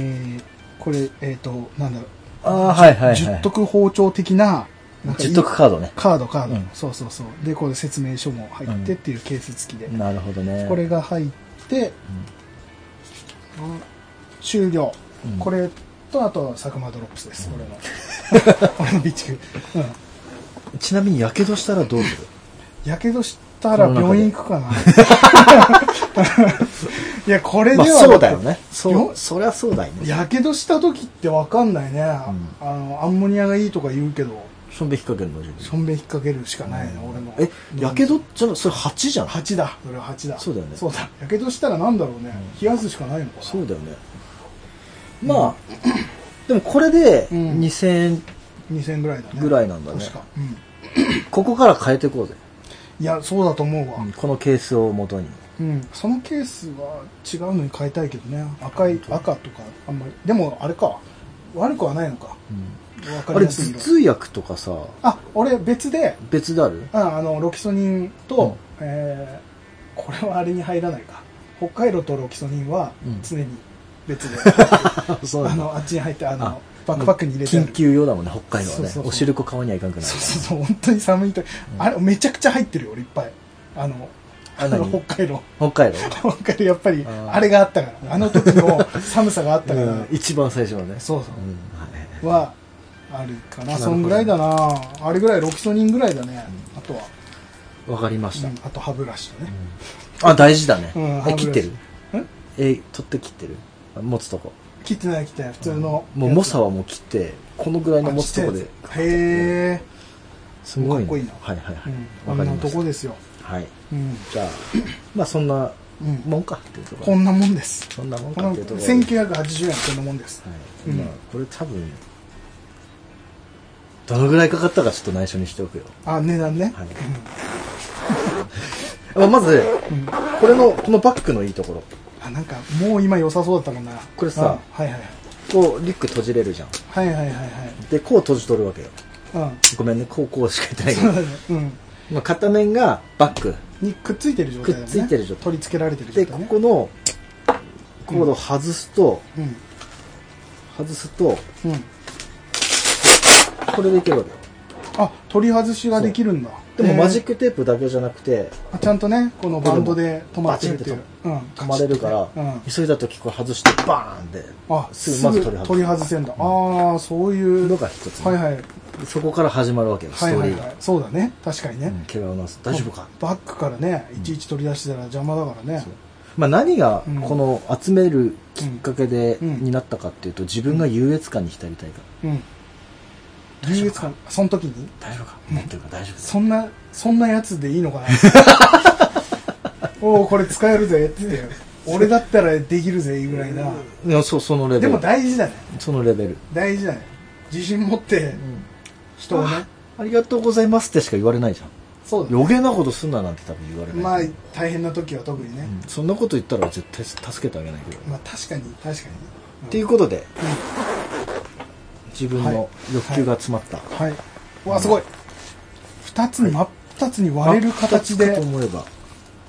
[SPEAKER 2] えーこれえっ、となんだろう
[SPEAKER 1] ああーはいはいはい
[SPEAKER 2] 十徳包丁的ななんかいい
[SPEAKER 1] 十徳カードね
[SPEAKER 2] カードカード、
[SPEAKER 1] うん
[SPEAKER 2] そうそうそうでこれ説明書も入ってっていう形式付きで、
[SPEAKER 1] なるほどね
[SPEAKER 2] これが入って、終了、
[SPEAKER 1] うん
[SPEAKER 2] これとあと佐久間ドロップスです、俺の俺の備蓄うん
[SPEAKER 1] ちなみにやけどしたらどうする
[SPEAKER 2] やけどしたら病院行く
[SPEAKER 1] [LAUGHS]
[SPEAKER 2] かな。いや、これで
[SPEAKER 1] まあ
[SPEAKER 2] は、
[SPEAKER 1] そうだよね。
[SPEAKER 2] よ
[SPEAKER 1] そう、そりゃそうだよね。
[SPEAKER 2] やけどした時ってわかんないね、あの、アンモニアがいいとか言うけど、
[SPEAKER 1] しょんべん引っ掛けるの自分
[SPEAKER 2] しょんべん引っ掛けるしかないの、俺も。
[SPEAKER 1] え、やけどじゃなそれ蜂じゃん。
[SPEAKER 2] 蜂だ。それは蜂だ。
[SPEAKER 1] そうだよね
[SPEAKER 2] そうだ。やけどしたらなんだろうね。冷やすしかないのかな。
[SPEAKER 1] そうだよね。まあ、でもこれで
[SPEAKER 2] うん
[SPEAKER 1] 2000円、
[SPEAKER 2] 2000ぐらいだね。
[SPEAKER 1] ぐらいなんだね
[SPEAKER 2] 確か。うん。
[SPEAKER 1] ここから変えていこうぜ。
[SPEAKER 2] いや、そうだと思うわ。
[SPEAKER 1] このケースを元に。
[SPEAKER 2] うん、そのケースは違うのに変えたいけどね赤い赤とかあんまりでもあれか悪くはないのかわか
[SPEAKER 1] あ
[SPEAKER 2] り
[SPEAKER 1] れ、頭
[SPEAKER 2] やすい色
[SPEAKER 1] 痛薬とかさ、
[SPEAKER 2] あ俺別で
[SPEAKER 1] 別である
[SPEAKER 2] ああのロキソニンと、えーこれはあれに入らないか北海道とロキソニンは
[SPEAKER 1] うん
[SPEAKER 2] 常に別
[SPEAKER 1] [LAUGHS]
[SPEAKER 2] で、
[SPEAKER 1] そう
[SPEAKER 2] あ
[SPEAKER 1] だね
[SPEAKER 2] のあっちに入ってあの
[SPEAKER 1] あ
[SPEAKER 2] バックパックに入れてある
[SPEAKER 1] 緊急用だもんね、北海道はね。
[SPEAKER 2] そうそうそう
[SPEAKER 1] お汁粉買わにはいかんくなる
[SPEAKER 2] そう。そうそう本当に寒いと、あれめちゃくちゃ入ってるよ俺いっぱいあの
[SPEAKER 1] あ
[SPEAKER 2] あの
[SPEAKER 1] 何
[SPEAKER 2] 北海道
[SPEAKER 1] 北海道
[SPEAKER 2] わかるやっぱり
[SPEAKER 1] あー
[SPEAKER 2] あれがあったからあの時
[SPEAKER 1] [LAUGHS]
[SPEAKER 2] の寒さがあったから、
[SPEAKER 1] うん一番最初のね。
[SPEAKER 2] そうそ
[SPEAKER 1] うんはい。
[SPEAKER 2] うはあるかな
[SPEAKER 1] ほど
[SPEAKER 2] そんぐらいだなあれぐらいロキソニンぐらいだね、あとは、
[SPEAKER 1] わかりました
[SPEAKER 2] うん。あと歯ブラシとね、
[SPEAKER 1] あ、大事だね
[SPEAKER 2] うん。歯ブ
[SPEAKER 1] え、
[SPEAKER 2] ラシ
[SPEAKER 1] 切ってる
[SPEAKER 2] ん
[SPEAKER 1] え、取って切ってるあ持つとこ。
[SPEAKER 2] 切ってない切ってない普通の
[SPEAKER 1] もう、モサはもう切って、このぐらいの持つとこで。
[SPEAKER 2] あへえ、
[SPEAKER 1] すごい、ね。
[SPEAKER 2] かっこいいな
[SPEAKER 1] はいはいは
[SPEAKER 2] う
[SPEAKER 1] い。
[SPEAKER 2] ん、
[SPEAKER 1] わ、
[SPEAKER 2] こん
[SPEAKER 1] か
[SPEAKER 2] な
[SPEAKER 1] りま
[SPEAKER 2] と
[SPEAKER 1] し
[SPEAKER 2] こですよ、
[SPEAKER 1] た。はい。
[SPEAKER 2] うん
[SPEAKER 1] じゃあ、 [CLEARS THROAT] まあそんな
[SPEAKER 2] うん
[SPEAKER 1] もんかっていうところ。
[SPEAKER 2] こんなもんです
[SPEAKER 1] そんなもん
[SPEAKER 2] こ
[SPEAKER 1] かっ
[SPEAKER 2] の
[SPEAKER 1] ていうところ。
[SPEAKER 2] 1980円こんなもんです
[SPEAKER 1] はい。
[SPEAKER 2] うん
[SPEAKER 1] まあ、これ多分、どのぐらいかかったかちょっと内緒にしておくよ。
[SPEAKER 2] あ値段ね、
[SPEAKER 1] はい。 [LAUGHS] まあまず、これの、このバッグのいいところ。
[SPEAKER 2] あなんかもう今良さそうだったもんな
[SPEAKER 1] これさ
[SPEAKER 2] あはいはい
[SPEAKER 1] こう、リュック閉じれるじゃん。
[SPEAKER 2] はいはいはいはい
[SPEAKER 1] で、こう閉じ取るわけよ。
[SPEAKER 2] うん
[SPEAKER 1] ごめんね、こうこうしか言ってないけ
[SPEAKER 2] そ
[SPEAKER 1] ど
[SPEAKER 2] う。だね
[SPEAKER 1] [LAUGHS]
[SPEAKER 2] うん
[SPEAKER 1] まあ、片面がバッグ。
[SPEAKER 2] にくっついてる状態だよね
[SPEAKER 1] くっついてる状態
[SPEAKER 2] 取り付けられてる状
[SPEAKER 1] で、
[SPEAKER 2] 態
[SPEAKER 1] こ
[SPEAKER 2] ね
[SPEAKER 1] このコードを外すと、
[SPEAKER 2] うん
[SPEAKER 1] 外すと、
[SPEAKER 2] うん
[SPEAKER 1] これでいけるわけよ。
[SPEAKER 2] あ取り外しができるんだ
[SPEAKER 1] でもマジッ
[SPEAKER 2] ク
[SPEAKER 1] クテープだけじゃなくて、
[SPEAKER 2] ちゃんとねこのバンドで止まってるっていう
[SPEAKER 1] バ
[SPEAKER 2] うん
[SPEAKER 1] 止まれるから、
[SPEAKER 2] うん
[SPEAKER 1] 急いだ時これ外してバーンって、
[SPEAKER 2] あ
[SPEAKER 1] す
[SPEAKER 2] す
[SPEAKER 1] ぐま
[SPEAKER 2] ぐ
[SPEAKER 1] ず
[SPEAKER 2] 取
[SPEAKER 1] 取
[SPEAKER 2] り
[SPEAKER 1] り
[SPEAKER 2] 外
[SPEAKER 1] 外
[SPEAKER 2] せんだああそういう
[SPEAKER 1] のが一つ
[SPEAKER 2] はいはい
[SPEAKER 1] す。そこから始まるわけよ、スト
[SPEAKER 2] はい
[SPEAKER 1] ー
[SPEAKER 2] は
[SPEAKER 1] リ
[SPEAKER 2] い
[SPEAKER 1] ーが。
[SPEAKER 2] はいそうだね確かに
[SPEAKER 1] う
[SPEAKER 2] ね
[SPEAKER 1] ん怪我をなす。大丈夫か。
[SPEAKER 2] バックからねいちいち取り出してたら邪魔だからね
[SPEAKER 1] まあ何が
[SPEAKER 2] うん
[SPEAKER 1] この集めるきっかけで、
[SPEAKER 2] うんうん
[SPEAKER 1] になったかっていうと、自分が優越感に浸りたいから。
[SPEAKER 2] うん優越感その時に
[SPEAKER 1] 大丈夫か持ってるから大丈夫です。
[SPEAKER 2] そんなそんなやつでいいの [LAUGHS] かなおおこれ使えるぜって俺だったらできるぜぐらいない
[SPEAKER 1] や、そう、そのレベ
[SPEAKER 2] で
[SPEAKER 1] ル
[SPEAKER 2] も。大事だね
[SPEAKER 1] そのレベル。
[SPEAKER 2] 大事だね自信持って人をね
[SPEAKER 1] ありがとうございますってしか言われないじゃん。
[SPEAKER 2] そうだね
[SPEAKER 1] 余計なことすんななんて多分言われない。
[SPEAKER 2] まあ
[SPEAKER 1] うん
[SPEAKER 2] 大変な時は特にね
[SPEAKER 1] そんなこと言ったら絶対助けてあげないけど。
[SPEAKER 2] まあ確かに確かにね
[SPEAKER 1] っていうことで、自分の欲求が詰まった。
[SPEAKER 2] はいはいわあすごい2つに真っ二つに割れる形
[SPEAKER 1] 真っ二つか
[SPEAKER 2] で
[SPEAKER 1] と思えば、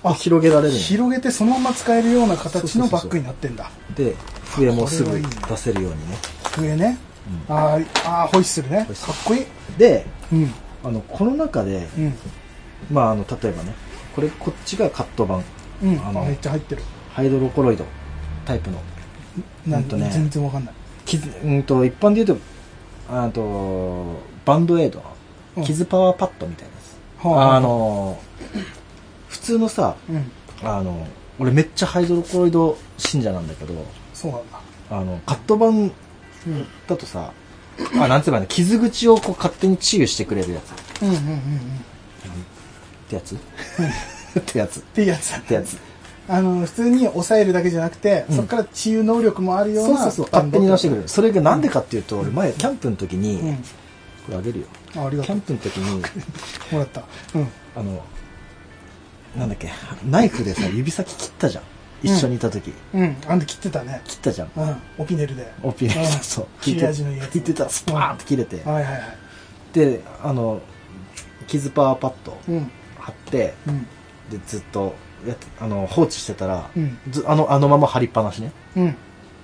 [SPEAKER 2] あ
[SPEAKER 1] 広げられるんや
[SPEAKER 2] 広げてそのまま使えるような形の
[SPEAKER 1] そうそうそう
[SPEAKER 2] バ
[SPEAKER 1] そう
[SPEAKER 2] ッグになってんだ
[SPEAKER 1] で、笛もす
[SPEAKER 2] こ
[SPEAKER 1] ぐ
[SPEAKER 2] れはいいね
[SPEAKER 1] 出せるようにね。
[SPEAKER 2] 上ねあーあーホイッスルね
[SPEAKER 1] イッス
[SPEAKER 2] か
[SPEAKER 1] ル
[SPEAKER 2] っこいい
[SPEAKER 1] で、
[SPEAKER 2] うん
[SPEAKER 1] あの、この中で、
[SPEAKER 2] うん
[SPEAKER 1] まあ、あの、例えばね、これ、こっちがカット版。
[SPEAKER 2] うん
[SPEAKER 1] あ
[SPEAKER 2] あ
[SPEAKER 1] の
[SPEAKER 2] めっちゃ入ってる
[SPEAKER 1] ハイドロコロイドタイプの。
[SPEAKER 2] なん
[SPEAKER 1] ほんとね
[SPEAKER 2] 全然わかんない
[SPEAKER 1] 傷うんと、一般で言うと、あと、バンドエイド
[SPEAKER 2] う
[SPEAKER 1] の、
[SPEAKER 2] ん
[SPEAKER 1] 傷パワーパッドみたいなやつ。
[SPEAKER 2] はあ
[SPEAKER 1] あの、普通のさ、
[SPEAKER 2] うん
[SPEAKER 1] あの、俺めっちゃハイドロコロイド信者なんだけど、
[SPEAKER 2] そうなんだ
[SPEAKER 1] あの、カット版
[SPEAKER 2] うん
[SPEAKER 1] だとさ、あ、なんつえばいいの、傷口をこう勝手に治癒してくれるやつ。っ
[SPEAKER 2] うんうんうんうん
[SPEAKER 1] てやつってやつ。っ
[SPEAKER 2] っていうやつだ
[SPEAKER 1] てやつ。
[SPEAKER 2] あの普通に抑えるだけじゃなくて、
[SPEAKER 1] うん
[SPEAKER 2] そこから治癒能力もあるよう
[SPEAKER 1] そう
[SPEAKER 2] な
[SPEAKER 1] そうそう、勝手に直してくれる。それがなんでかっていうと、俺前、キャンプの時に、
[SPEAKER 2] うん
[SPEAKER 1] これあげるよ。
[SPEAKER 2] ああり
[SPEAKER 1] キ
[SPEAKER 2] がと
[SPEAKER 1] ャ
[SPEAKER 2] う
[SPEAKER 1] ンプの時に、
[SPEAKER 2] もらったうん
[SPEAKER 1] あの、なんだっけ、ナイフ
[SPEAKER 2] [LAUGHS]
[SPEAKER 1] でさ、指先切ったじゃん。一緒にいた時、
[SPEAKER 2] うんあんた切ってたね
[SPEAKER 1] 切ったじゃん。
[SPEAKER 2] うんオピネルで
[SPEAKER 1] オピネ
[SPEAKER 2] うん
[SPEAKER 1] [LAUGHS] そう。
[SPEAKER 2] 切れ味のいいやつ
[SPEAKER 1] 切ってたら、スパーンって切れて。
[SPEAKER 2] はいはいはい
[SPEAKER 1] で、あの、傷パワーパッド
[SPEAKER 2] うん
[SPEAKER 1] 貼って、
[SPEAKER 2] うん
[SPEAKER 1] で、ずっとやって、あの、放置してたら、
[SPEAKER 2] うん
[SPEAKER 1] ずあの、あのまま貼りっぱなしね。
[SPEAKER 2] うん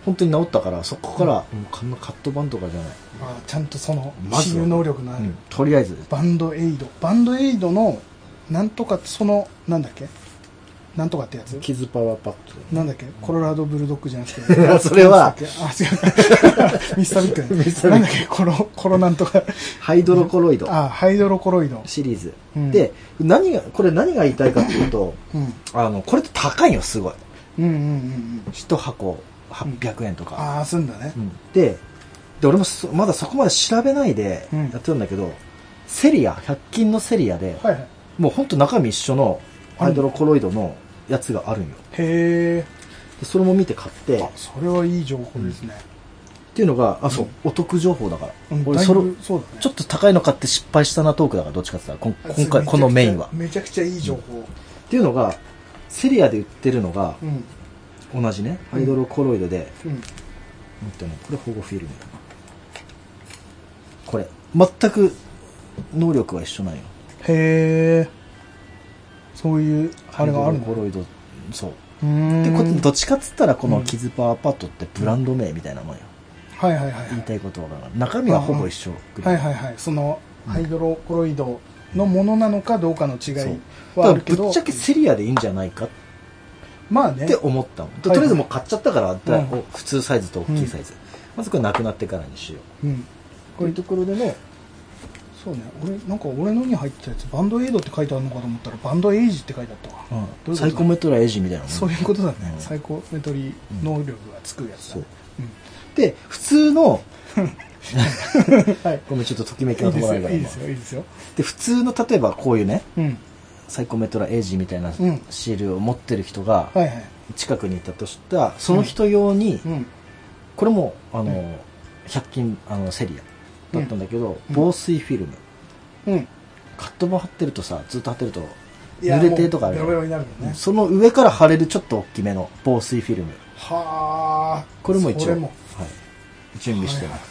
[SPEAKER 1] 本当に治ったから、そこから、もうこんなカットバンとかじゃない。
[SPEAKER 2] あちゃんとその
[SPEAKER 1] まず
[SPEAKER 2] 治癒能力のあ
[SPEAKER 1] う
[SPEAKER 2] る、
[SPEAKER 1] んとりあえず、
[SPEAKER 2] バンドエイドバンドエイドのなんとかそのなんだっけなんとかってやつ
[SPEAKER 3] キズパワーパッド
[SPEAKER 2] なんだっけコロラドブルドッグじゃなくて。
[SPEAKER 1] [LAUGHS] やそれは
[SPEAKER 2] なんだっけあ、違う。ミスタービッグ、ね。
[SPEAKER 1] ミスタービッグ
[SPEAKER 2] なんだっけコロ、コロなんとか。
[SPEAKER 1] ハイドロコロイド
[SPEAKER 2] あ、ハイドロコロイド。
[SPEAKER 1] シリーズ。
[SPEAKER 2] うん
[SPEAKER 1] で、何が、これ何が言いたいかっていうと、
[SPEAKER 2] うん。
[SPEAKER 1] あの、これって高いよ、すごい。
[SPEAKER 2] うんうんうんうん。
[SPEAKER 1] 一箱800円とか。
[SPEAKER 2] ああ、すんだね。
[SPEAKER 1] うんで、で、俺もそまだそこまで調べないで
[SPEAKER 2] うん
[SPEAKER 1] やってたんだけど、セリア、100均のセリアで、
[SPEAKER 2] はいはい。
[SPEAKER 1] もうほんと中身一緒のハイドロコロイドのやつがあるんよ。
[SPEAKER 2] へ
[SPEAKER 1] でそれも見て買って、
[SPEAKER 2] え。あ、それはいい情報ですね。
[SPEAKER 1] っていうのが、あ、そう、お得情報だから。
[SPEAKER 2] うん、
[SPEAKER 1] 俺
[SPEAKER 2] だい
[SPEAKER 1] それ
[SPEAKER 2] ぶそうだね。
[SPEAKER 1] ちょっと高いの買って失敗したなトークだから、どっちかって言ったら、こん今回、このメインは。
[SPEAKER 2] めちゃくちゃいい情報。
[SPEAKER 1] っていうのが、セリアで売ってるのが、
[SPEAKER 2] うん。
[SPEAKER 1] 同じね、ハイドロコロイドで、
[SPEAKER 2] うん。
[SPEAKER 1] なんていうのこれ保護フィルムだな。これ、全く能力は一緒なんよ。
[SPEAKER 2] へえ。そういう、あれがあ
[SPEAKER 1] ハ
[SPEAKER 2] る
[SPEAKER 1] イドロコ
[SPEAKER 2] の
[SPEAKER 1] ロイド、そう。
[SPEAKER 2] うーん。
[SPEAKER 1] で、これどっちかっつったら、こ
[SPEAKER 2] う
[SPEAKER 1] の
[SPEAKER 2] ん
[SPEAKER 1] キズパワーパッドってブランド名みたいなもんよ。
[SPEAKER 2] はいはいはいはい。
[SPEAKER 1] 言いたいことはだから、中身はほぼ一緒ぐら。
[SPEAKER 2] はいいはいはいその
[SPEAKER 1] うん
[SPEAKER 2] ハイドロコロイドのものなのかどうかの違
[SPEAKER 1] そう
[SPEAKER 2] い
[SPEAKER 1] だ
[SPEAKER 2] は
[SPEAKER 1] か
[SPEAKER 2] あ
[SPEAKER 1] ら
[SPEAKER 2] るけど
[SPEAKER 1] ぶっちゃけセリアでいいんじゃないかっ
[SPEAKER 2] まあね
[SPEAKER 1] て思ったの。でと
[SPEAKER 2] はい
[SPEAKER 1] りあえずもう買っちゃったから、だ
[SPEAKER 2] うん
[SPEAKER 1] 普通サイズと大きいサイズ。まずこれなくなってからにしよう。
[SPEAKER 2] うん
[SPEAKER 1] こういうところでね、
[SPEAKER 2] そうね俺なんか俺のに入ってたやつバンドエイドって書いてあるのかと思ったらバンドエイジって書いてあったわ、どういうこと
[SPEAKER 1] サイコメトラエイジみたいなもん
[SPEAKER 2] そういうことだね、
[SPEAKER 1] うん
[SPEAKER 2] サイコメトリ能力がつくやつだね、
[SPEAKER 1] で、普通の、
[SPEAKER 2] うんはい
[SPEAKER 1] ごめんちょっとときめき
[SPEAKER 2] い
[SPEAKER 1] の
[SPEAKER 2] い
[SPEAKER 1] と
[SPEAKER 2] で
[SPEAKER 1] ころ
[SPEAKER 2] す
[SPEAKER 1] だから
[SPEAKER 2] よいい
[SPEAKER 1] 今
[SPEAKER 2] ですよいいですよ
[SPEAKER 1] で普通の例えばこういうね
[SPEAKER 2] うん
[SPEAKER 1] サイコメトラエイジみたいな
[SPEAKER 2] うん
[SPEAKER 1] シールを持ってる人が
[SPEAKER 2] はいはい
[SPEAKER 1] 近くにいたとしたらその人用に
[SPEAKER 2] うん
[SPEAKER 1] これもあ
[SPEAKER 2] う
[SPEAKER 1] の100均あのセリアだったんだけど
[SPEAKER 2] うん
[SPEAKER 1] 防水フィルム
[SPEAKER 2] うん
[SPEAKER 1] カットも貼ってるとさずっと貼ってると
[SPEAKER 2] いや
[SPEAKER 1] 濡れてとかあ
[SPEAKER 2] もう
[SPEAKER 1] る
[SPEAKER 2] ベロベロになるよね、
[SPEAKER 1] その上から貼れるちょっと大きめの防水フィルム
[SPEAKER 2] はあ
[SPEAKER 1] これも一
[SPEAKER 2] そ
[SPEAKER 1] 応
[SPEAKER 2] も
[SPEAKER 1] はい準備して
[SPEAKER 2] はいはい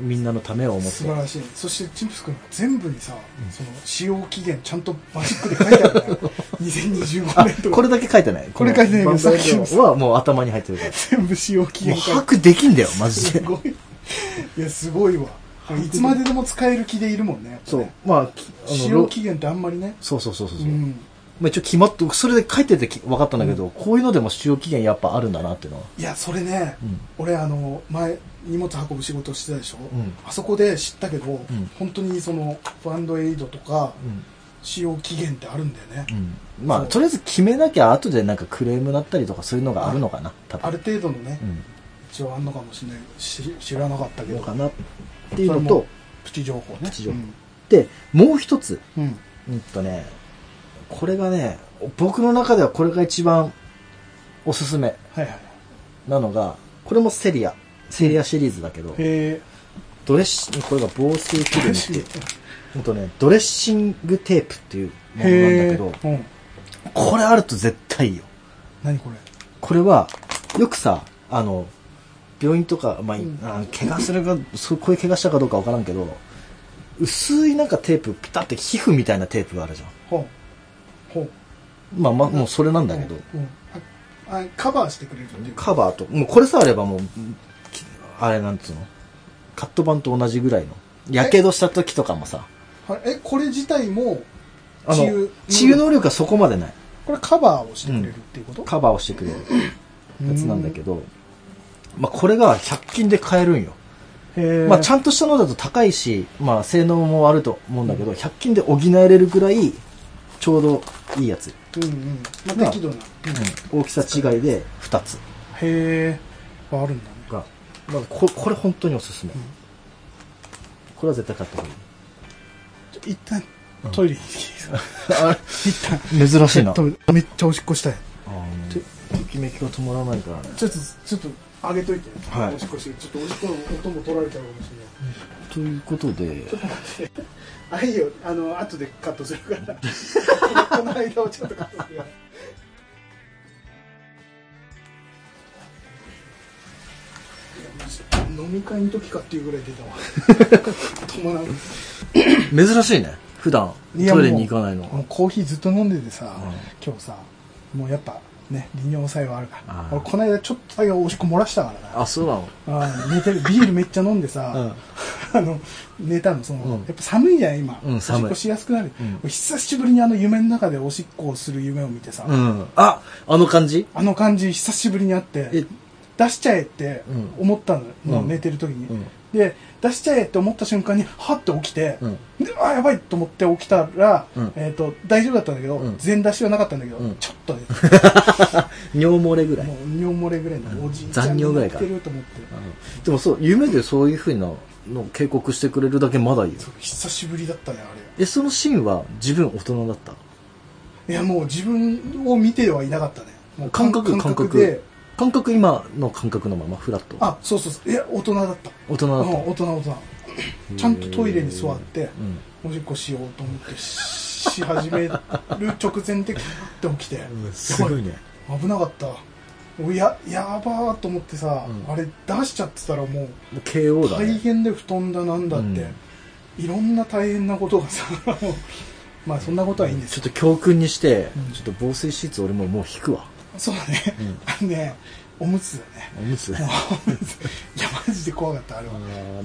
[SPEAKER 1] みんなのためを思っ
[SPEAKER 2] 素
[SPEAKER 1] て
[SPEAKER 2] 晴らしいそしてチンプス君は全部にさ、その使用期限ちゃんとマジックで書いてあるから2025
[SPEAKER 1] あ
[SPEAKER 2] 年と
[SPEAKER 1] こ
[SPEAKER 2] か
[SPEAKER 1] れだけ書いてない
[SPEAKER 2] これ書いてないけど
[SPEAKER 1] この
[SPEAKER 2] さっきの
[SPEAKER 1] このはもう頭に入ってるから
[SPEAKER 2] 全部使用期
[SPEAKER 1] もう
[SPEAKER 2] 限書い
[SPEAKER 1] 把
[SPEAKER 2] て
[SPEAKER 1] 握できんだよマジ
[SPEAKER 2] す
[SPEAKER 1] で
[SPEAKER 2] ごいいやすごいわこれいつまででも使える気でいるもんねやっぱ
[SPEAKER 1] そう
[SPEAKER 2] ね
[SPEAKER 1] まあきあの
[SPEAKER 2] 使用期限ってあんまりね
[SPEAKER 1] そうそうそうそう
[SPEAKER 2] う
[SPEAKER 1] そう、
[SPEAKER 2] ん
[SPEAKER 1] まあ、一応決まってそれで書いててき分かったんだけど、こういうのでも使用期限やっぱあるんだなっていうのは、
[SPEAKER 2] いやそれね、
[SPEAKER 1] うん
[SPEAKER 2] 俺あの前荷物運ぶ仕事してたでしょ、
[SPEAKER 1] ん
[SPEAKER 2] あそこで知ったけど、
[SPEAKER 1] ん
[SPEAKER 2] 本当にそのファンドエイドとか使用期限ってあるんだよね、
[SPEAKER 1] うんまあとりあえず決めなきゃ後でなんかクレームなったりとかそういうのがあるのかな多分
[SPEAKER 2] ある程度のね、
[SPEAKER 1] うん
[SPEAKER 2] 一応あんのかもしれないし知らなかったけ
[SPEAKER 1] の
[SPEAKER 2] ど
[SPEAKER 1] かなっていうのと
[SPEAKER 2] プチ情報ね
[SPEAKER 1] プチ情報でもう一つ
[SPEAKER 2] うん、うん
[SPEAKER 1] うんとねこれがね僕の中ではこれが一番おすすめ
[SPEAKER 2] はいはい
[SPEAKER 1] なのがこれもセリアセリアシリーズだけど、
[SPEAKER 2] へ
[SPEAKER 1] ドレッシングこれが防水フィルムっていう
[SPEAKER 2] え
[SPEAKER 1] ほんとね、ドレッシングテープっていうものなんだ
[SPEAKER 2] へ
[SPEAKER 1] け
[SPEAKER 2] え
[SPEAKER 1] ど、
[SPEAKER 2] うん
[SPEAKER 1] これあると絶対いいよ。
[SPEAKER 2] 何これ
[SPEAKER 1] これは、よくさ、あの、病院とか、まあ、
[SPEAKER 2] うん
[SPEAKER 1] あ怪我するか、そうこういう怪我したかどうかわからんけど、薄いなんかテープ、ピタって皮膚みたいなテープがあるじゃん。
[SPEAKER 2] ほうほう
[SPEAKER 1] まあまあ、もうそれなんだけど、
[SPEAKER 2] うん、ああカバーしてくれるっていうか
[SPEAKER 1] カバーと、もうこれさえあればもう、きあれなんつうのカット板と同じぐらいの。やけどした時とかもさ、
[SPEAKER 2] はいえこれ自体も
[SPEAKER 1] あ
[SPEAKER 2] 治
[SPEAKER 1] の
[SPEAKER 2] 癒、
[SPEAKER 1] 治癒能力はそこまでない。
[SPEAKER 2] これカバーをしてくれるっていうこと、
[SPEAKER 1] カバーをしてくれるやつなんだけど、まあ、これが100均で買えるんよ、
[SPEAKER 2] へえ
[SPEAKER 1] まあ、ちゃんとしたのだと高いし、まあ、性能もあると思うんだけど100均で補えれるくらいちょうどいいやつ、
[SPEAKER 2] うんうんま
[SPEAKER 1] ま
[SPEAKER 2] あ
[SPEAKER 1] あ
[SPEAKER 2] 適度な、
[SPEAKER 1] 大きさ違いで2つ
[SPEAKER 2] へえあるんだね
[SPEAKER 1] が、まあ、ここれ本当におすすめ、これは絶対買った方がいい
[SPEAKER 2] ちょ一旦トイレに行っていいですか
[SPEAKER 1] [LAUGHS] あ
[SPEAKER 2] 一旦
[SPEAKER 1] れ珍しいな
[SPEAKER 2] ちょっとめっちゃおしっこしたい
[SPEAKER 1] ときめきが止まらないからね
[SPEAKER 2] ちょっとちょっと上げといて、
[SPEAKER 1] はい
[SPEAKER 2] おしっこしてちょっとおしっこの音も取られちゃうかもしれない
[SPEAKER 1] ということで
[SPEAKER 2] あいいよあの後でカットするから
[SPEAKER 1] [LAUGHS]
[SPEAKER 2] この間をちょっとカットするからいや飲み会の時かっていうぐらい出たわ
[SPEAKER 1] [LAUGHS]
[SPEAKER 2] 止まらん
[SPEAKER 1] 珍しいね普段トイレに行かないの
[SPEAKER 2] もうコーヒーずっと飲んでてさ、今日さもうやっぱね利尿作用あるか
[SPEAKER 1] あ
[SPEAKER 2] ら
[SPEAKER 1] ー
[SPEAKER 2] 俺この間ちょっとだけおしっこ漏らしたからな
[SPEAKER 1] あそうなの
[SPEAKER 2] あー寝てるビールめっちゃ飲んでさ、 [LAUGHS] あの寝たのその、
[SPEAKER 1] うん
[SPEAKER 2] やっぱ寒いじゃん今、
[SPEAKER 1] うん寒い
[SPEAKER 2] おしっこしやすくなる、
[SPEAKER 1] うん
[SPEAKER 2] 久しぶりにあの夢の中でおしっこをする夢を見てさ、
[SPEAKER 1] うん。あ、あの感じ
[SPEAKER 2] あの感じ久しぶりにあって
[SPEAKER 1] え、
[SPEAKER 2] 出しちゃえって思ったの、
[SPEAKER 1] うん
[SPEAKER 2] 寝てる時に、
[SPEAKER 1] うん
[SPEAKER 2] で出しちゃえって思った瞬間にはって起きて、
[SPEAKER 1] うん
[SPEAKER 2] であやばいと思って起きたら、
[SPEAKER 1] うん
[SPEAKER 2] えー、と大丈夫だったんだけど、
[SPEAKER 1] うん
[SPEAKER 2] 全出しはなかったんだけど、
[SPEAKER 1] うん
[SPEAKER 2] ちょっとね
[SPEAKER 1] 尿漏れぐらい
[SPEAKER 2] も。う尿漏れぐらいのおじいち
[SPEAKER 1] [LAUGHS]
[SPEAKER 2] ゃ
[SPEAKER 1] 残
[SPEAKER 2] ん
[SPEAKER 1] 尿
[SPEAKER 2] に
[SPEAKER 1] ぐ
[SPEAKER 2] な
[SPEAKER 1] ら
[SPEAKER 2] っ
[SPEAKER 1] いか
[SPEAKER 2] てると思って
[SPEAKER 1] うんでもそう、夢でそういうふうなのを警告してくれるだけまだいいよ。
[SPEAKER 2] そう久しぶりだったねあれ
[SPEAKER 1] え、そのシーンは自分大人だった
[SPEAKER 2] いやもう自分を見てはいなかったねもう
[SPEAKER 1] 感覚、感
[SPEAKER 2] で
[SPEAKER 1] 覚。感覚、今の感覚のまま、フラット。
[SPEAKER 2] あそうそうそういや大人だった
[SPEAKER 1] 大人だ
[SPEAKER 2] う
[SPEAKER 1] っ
[SPEAKER 2] ん大人大人
[SPEAKER 1] た。
[SPEAKER 2] ちゃんとトイレに座って
[SPEAKER 1] うん。
[SPEAKER 2] おしっこしようと思ってしし始める直前でキャッて起きて、
[SPEAKER 1] [LAUGHS] うんすごいね。
[SPEAKER 2] やばい危なかったおいややばーと思ってさ、
[SPEAKER 1] うん
[SPEAKER 2] あれ出しちゃってたらもう
[SPEAKER 1] もう KO だ
[SPEAKER 2] 大
[SPEAKER 1] ね。
[SPEAKER 2] 変で布団だなんだって、
[SPEAKER 1] うん
[SPEAKER 2] いろんな大変なことがさ [LAUGHS] もうまあそんなことはいいんです
[SPEAKER 1] ちょ
[SPEAKER 2] よ
[SPEAKER 1] っと教訓にして
[SPEAKER 2] うん、
[SPEAKER 1] ちょっと防水シーツ俺ももう引くわ。
[SPEAKER 2] そうだね、
[SPEAKER 1] うん
[SPEAKER 2] あのねおむつだね
[SPEAKER 1] おむつ。あ
[SPEAKER 2] おむつ [LAUGHS] いやマジで怖かったあれは、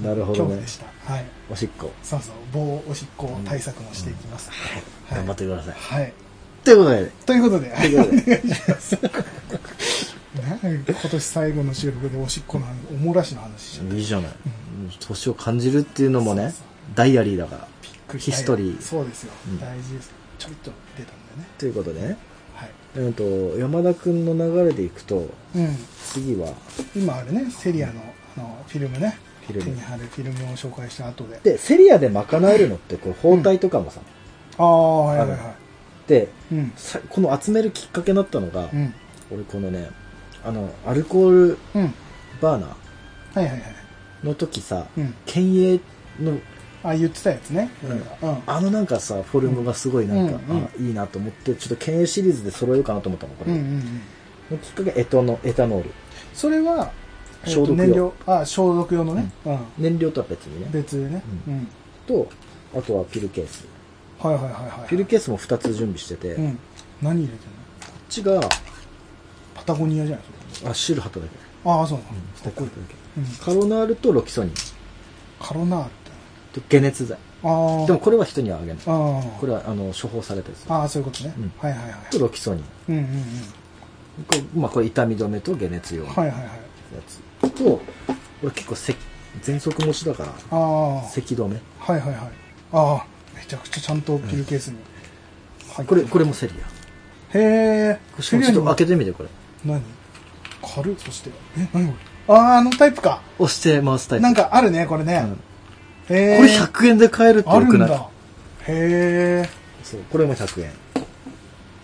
[SPEAKER 1] ーなるほ
[SPEAKER 2] 恐
[SPEAKER 1] ど
[SPEAKER 2] 怖
[SPEAKER 1] ね
[SPEAKER 2] で。したはい
[SPEAKER 1] おしっこ。
[SPEAKER 2] そうそう棒おしっこ対策もしていきます、はい
[SPEAKER 1] 頑張ってください。
[SPEAKER 2] はい
[SPEAKER 1] ということで、 [LAUGHS]
[SPEAKER 2] ということで、は
[SPEAKER 1] と
[SPEAKER 2] い、
[SPEAKER 1] いうことで
[SPEAKER 2] [LAUGHS] なんか今年最後の収録でおしっこの話おもらしの話しちゃった
[SPEAKER 1] いいじゃない。年を感じるっていうのもね、ダイアリーだから。
[SPEAKER 2] びっくり
[SPEAKER 1] ヒストリー
[SPEAKER 2] そうですよ、
[SPEAKER 1] うん
[SPEAKER 2] 大事ですちょびっと出たんだよね
[SPEAKER 1] ということでね、
[SPEAKER 2] はい、
[SPEAKER 1] うんと、山田くんの流れでいくと、
[SPEAKER 2] うん、
[SPEAKER 1] 次は、
[SPEAKER 2] 今あれねセリアのあのフィルムね
[SPEAKER 1] フ
[SPEAKER 2] 手
[SPEAKER 1] ィルム
[SPEAKER 2] に貼るフィルムを紹介した後で
[SPEAKER 1] で、セリアで賄えるのって、こう、包帯とかもさ、
[SPEAKER 2] ああはいはいは
[SPEAKER 1] で、
[SPEAKER 2] いうん
[SPEAKER 1] さこの集めるきっかけになったのが、
[SPEAKER 2] うん
[SPEAKER 1] 俺このね、あの、アルコール
[SPEAKER 2] うん
[SPEAKER 1] バーナ
[SPEAKER 2] はいはいはい
[SPEAKER 1] ーの時さ、
[SPEAKER 2] うん
[SPEAKER 1] 県営の、
[SPEAKER 2] あ言ってたやつね
[SPEAKER 1] うん
[SPEAKER 2] 俺がうん
[SPEAKER 1] あのなんかさ、フォルムがすごいなんか、
[SPEAKER 2] うんうん
[SPEAKER 1] あいいなと思って、ちょっと県営シリーズで揃えようかなと思ったの、こ
[SPEAKER 2] う
[SPEAKER 1] れ。
[SPEAKER 2] んうんうん
[SPEAKER 1] のきっかけ、エトの、エタノール。
[SPEAKER 2] それはえーと
[SPEAKER 1] 消毒用
[SPEAKER 2] 燃料あ消毒用のねうん
[SPEAKER 1] 燃料とは別にね。
[SPEAKER 2] 別でね
[SPEAKER 1] う
[SPEAKER 2] うん
[SPEAKER 1] と、あとはピルケース。
[SPEAKER 2] はいはいはいはい
[SPEAKER 1] ピルケースも2つ準備してて、
[SPEAKER 2] う
[SPEAKER 1] こ
[SPEAKER 2] ん何入れてんの
[SPEAKER 1] っちが、
[SPEAKER 2] パタゴニアじゃないそれ
[SPEAKER 1] あ、シール貼っただけ。
[SPEAKER 2] ああそう
[SPEAKER 1] かっこいい
[SPEAKER 2] うん
[SPEAKER 1] カロナールとロキソニン
[SPEAKER 2] カロナールっ
[SPEAKER 1] と
[SPEAKER 2] て
[SPEAKER 1] 解熱剤。
[SPEAKER 2] ああ
[SPEAKER 1] でもこれは人にはあげない。
[SPEAKER 2] ああ
[SPEAKER 1] これはあの処方されたやつ。
[SPEAKER 2] ああそういうことね、
[SPEAKER 1] うん
[SPEAKER 2] はいはいは
[SPEAKER 1] とロキソニン。
[SPEAKER 2] いうんうんうん
[SPEAKER 1] こうまあ、これ痛み止めと解熱用の
[SPEAKER 2] はい
[SPEAKER 1] や
[SPEAKER 2] はいはい
[SPEAKER 1] つ。と、俺結構せ喘息持ちだから、
[SPEAKER 2] ああはい
[SPEAKER 1] 咳止め。
[SPEAKER 2] はいはいああめちゃくちゃちゃんとピルケースに、はい
[SPEAKER 1] これ、これもセリ
[SPEAKER 2] れへ
[SPEAKER 1] ア。
[SPEAKER 2] え
[SPEAKER 1] しかもちょっと開けてみて、これ。
[SPEAKER 2] 何軽いそしてえ何これあああのタイプか
[SPEAKER 1] 押して回すタイプ。
[SPEAKER 2] なんかあるねこれね、
[SPEAKER 1] うん
[SPEAKER 2] へえ
[SPEAKER 1] これ100円で買えるって
[SPEAKER 2] あ
[SPEAKER 1] よ
[SPEAKER 2] る
[SPEAKER 1] く
[SPEAKER 2] ん
[SPEAKER 1] ない
[SPEAKER 2] だへ
[SPEAKER 1] そう、これも100円。
[SPEAKER 2] え、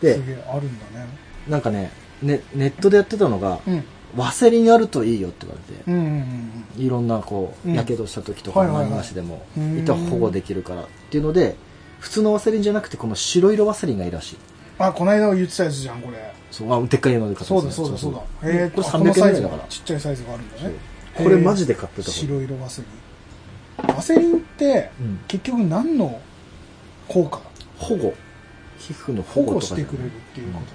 [SPEAKER 1] です
[SPEAKER 2] げえあるんだね
[SPEAKER 1] なんかねね、ネットでやってたのが、
[SPEAKER 2] うん
[SPEAKER 1] ワセリンあるといいよって言われて、
[SPEAKER 2] うんうんうん
[SPEAKER 1] いろんなこう、
[SPEAKER 2] うん
[SPEAKER 1] やけどした時とか
[SPEAKER 2] はいはいはい
[SPEAKER 1] 何なしでも、
[SPEAKER 2] うーん
[SPEAKER 1] 一旦保護できるからっていうので、普通のワセリンじゃなくて、この白色ワセリンがいいらしい。
[SPEAKER 2] あこの間言ってたやつじゃんこれ
[SPEAKER 1] そう、あ、でっかいので買った
[SPEAKER 2] そ
[SPEAKER 1] や
[SPEAKER 2] う
[SPEAKER 1] つ
[SPEAKER 2] だ
[SPEAKER 1] ね
[SPEAKER 2] そうだそうだへえ
[SPEAKER 1] これ
[SPEAKER 2] あこの
[SPEAKER 1] 300円
[SPEAKER 2] サイ
[SPEAKER 1] ぐら
[SPEAKER 2] ズ
[SPEAKER 1] いだ
[SPEAKER 2] が
[SPEAKER 1] から。
[SPEAKER 2] ちっちゃいサイズがあるんだね
[SPEAKER 1] そうこれマジで買ってた方がいい
[SPEAKER 2] 白色ワセリンワセリンって、
[SPEAKER 1] うん
[SPEAKER 2] 結局何の効果
[SPEAKER 1] 保護。皮膚の保
[SPEAKER 2] 保
[SPEAKER 1] 護
[SPEAKER 2] 護
[SPEAKER 1] と
[SPEAKER 2] し
[SPEAKER 1] か
[SPEAKER 2] て
[SPEAKER 1] じゃ
[SPEAKER 2] くれ
[SPEAKER 1] な
[SPEAKER 2] る
[SPEAKER 1] い。
[SPEAKER 2] っていうことか、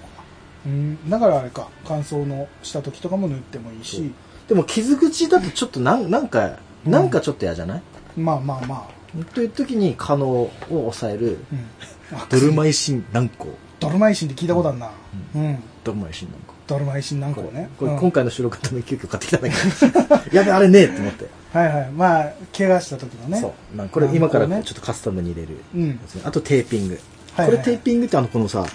[SPEAKER 2] うん、だからあれか乾燥のした時とかも塗ってもいいし
[SPEAKER 1] でも傷口だとちょっとなん、なんか、
[SPEAKER 2] うん
[SPEAKER 1] なんかちょっと嫌じゃない、
[SPEAKER 2] まあまあま
[SPEAKER 1] という時に可能を抑える、 [LAUGHS]
[SPEAKER 2] あ、
[SPEAKER 1] ドルマ
[SPEAKER 2] イ
[SPEAKER 1] イシン軟膏。
[SPEAKER 2] ドルマイシンって聞いたことあるなうん、
[SPEAKER 1] ドルマイシン軟膏。
[SPEAKER 2] ドルマイシンなんか
[SPEAKER 1] こ
[SPEAKER 2] を
[SPEAKER 1] れ、
[SPEAKER 2] ね
[SPEAKER 1] これ
[SPEAKER 2] うん
[SPEAKER 1] 今回の収録のために急遽買ってきたんだ
[SPEAKER 2] [LAUGHS]
[SPEAKER 1] けど、やべ、あれねえって思って。
[SPEAKER 2] はいはいまあ怪我した時のね
[SPEAKER 1] そう。まあ、これ今からこう
[SPEAKER 2] なるほどね
[SPEAKER 1] ちょっとカスタムに入れるや
[SPEAKER 2] うん
[SPEAKER 1] つね。あとテーピング。
[SPEAKER 2] はい
[SPEAKER 1] こ
[SPEAKER 2] はい
[SPEAKER 1] れテーピングってあの、このさ、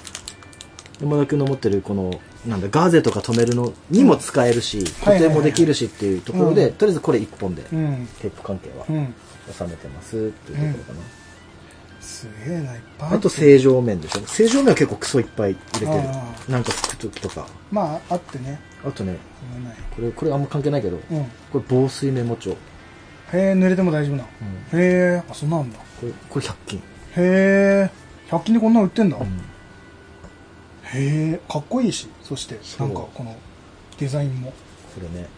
[SPEAKER 1] 山田君の持ってるこの、なんだ、ガーゼとか止めるのにも使えるし、固定もできるしっていうところ
[SPEAKER 2] はいはいはいは
[SPEAKER 1] で、
[SPEAKER 2] いうん
[SPEAKER 1] とりあえずこれ1本で、
[SPEAKER 2] うん
[SPEAKER 1] テープ関係は
[SPEAKER 2] うん
[SPEAKER 1] 収めてますっていうところか
[SPEAKER 2] すげえないっぱい
[SPEAKER 1] な。あと
[SPEAKER 2] 入ってる
[SPEAKER 1] 正常面でしょ。正常面は結構クソいっぱい入れて
[SPEAKER 2] あ
[SPEAKER 1] る。なんか服ととか。
[SPEAKER 2] まああってね
[SPEAKER 1] あとね、
[SPEAKER 2] そんなない
[SPEAKER 1] これ、これあんま関係ないけど、
[SPEAKER 2] うんへ
[SPEAKER 1] これ防水メモ帳。
[SPEAKER 2] え濡れても大丈夫な、
[SPEAKER 1] う
[SPEAKER 2] へえあそんなんあんだ
[SPEAKER 1] これ、これ100均。
[SPEAKER 2] へえ100均でこんなの売ってんだ、
[SPEAKER 1] うん
[SPEAKER 2] へえかっこいいしそして
[SPEAKER 1] そ
[SPEAKER 2] な
[SPEAKER 1] うん
[SPEAKER 2] かこのデザインも
[SPEAKER 1] これね。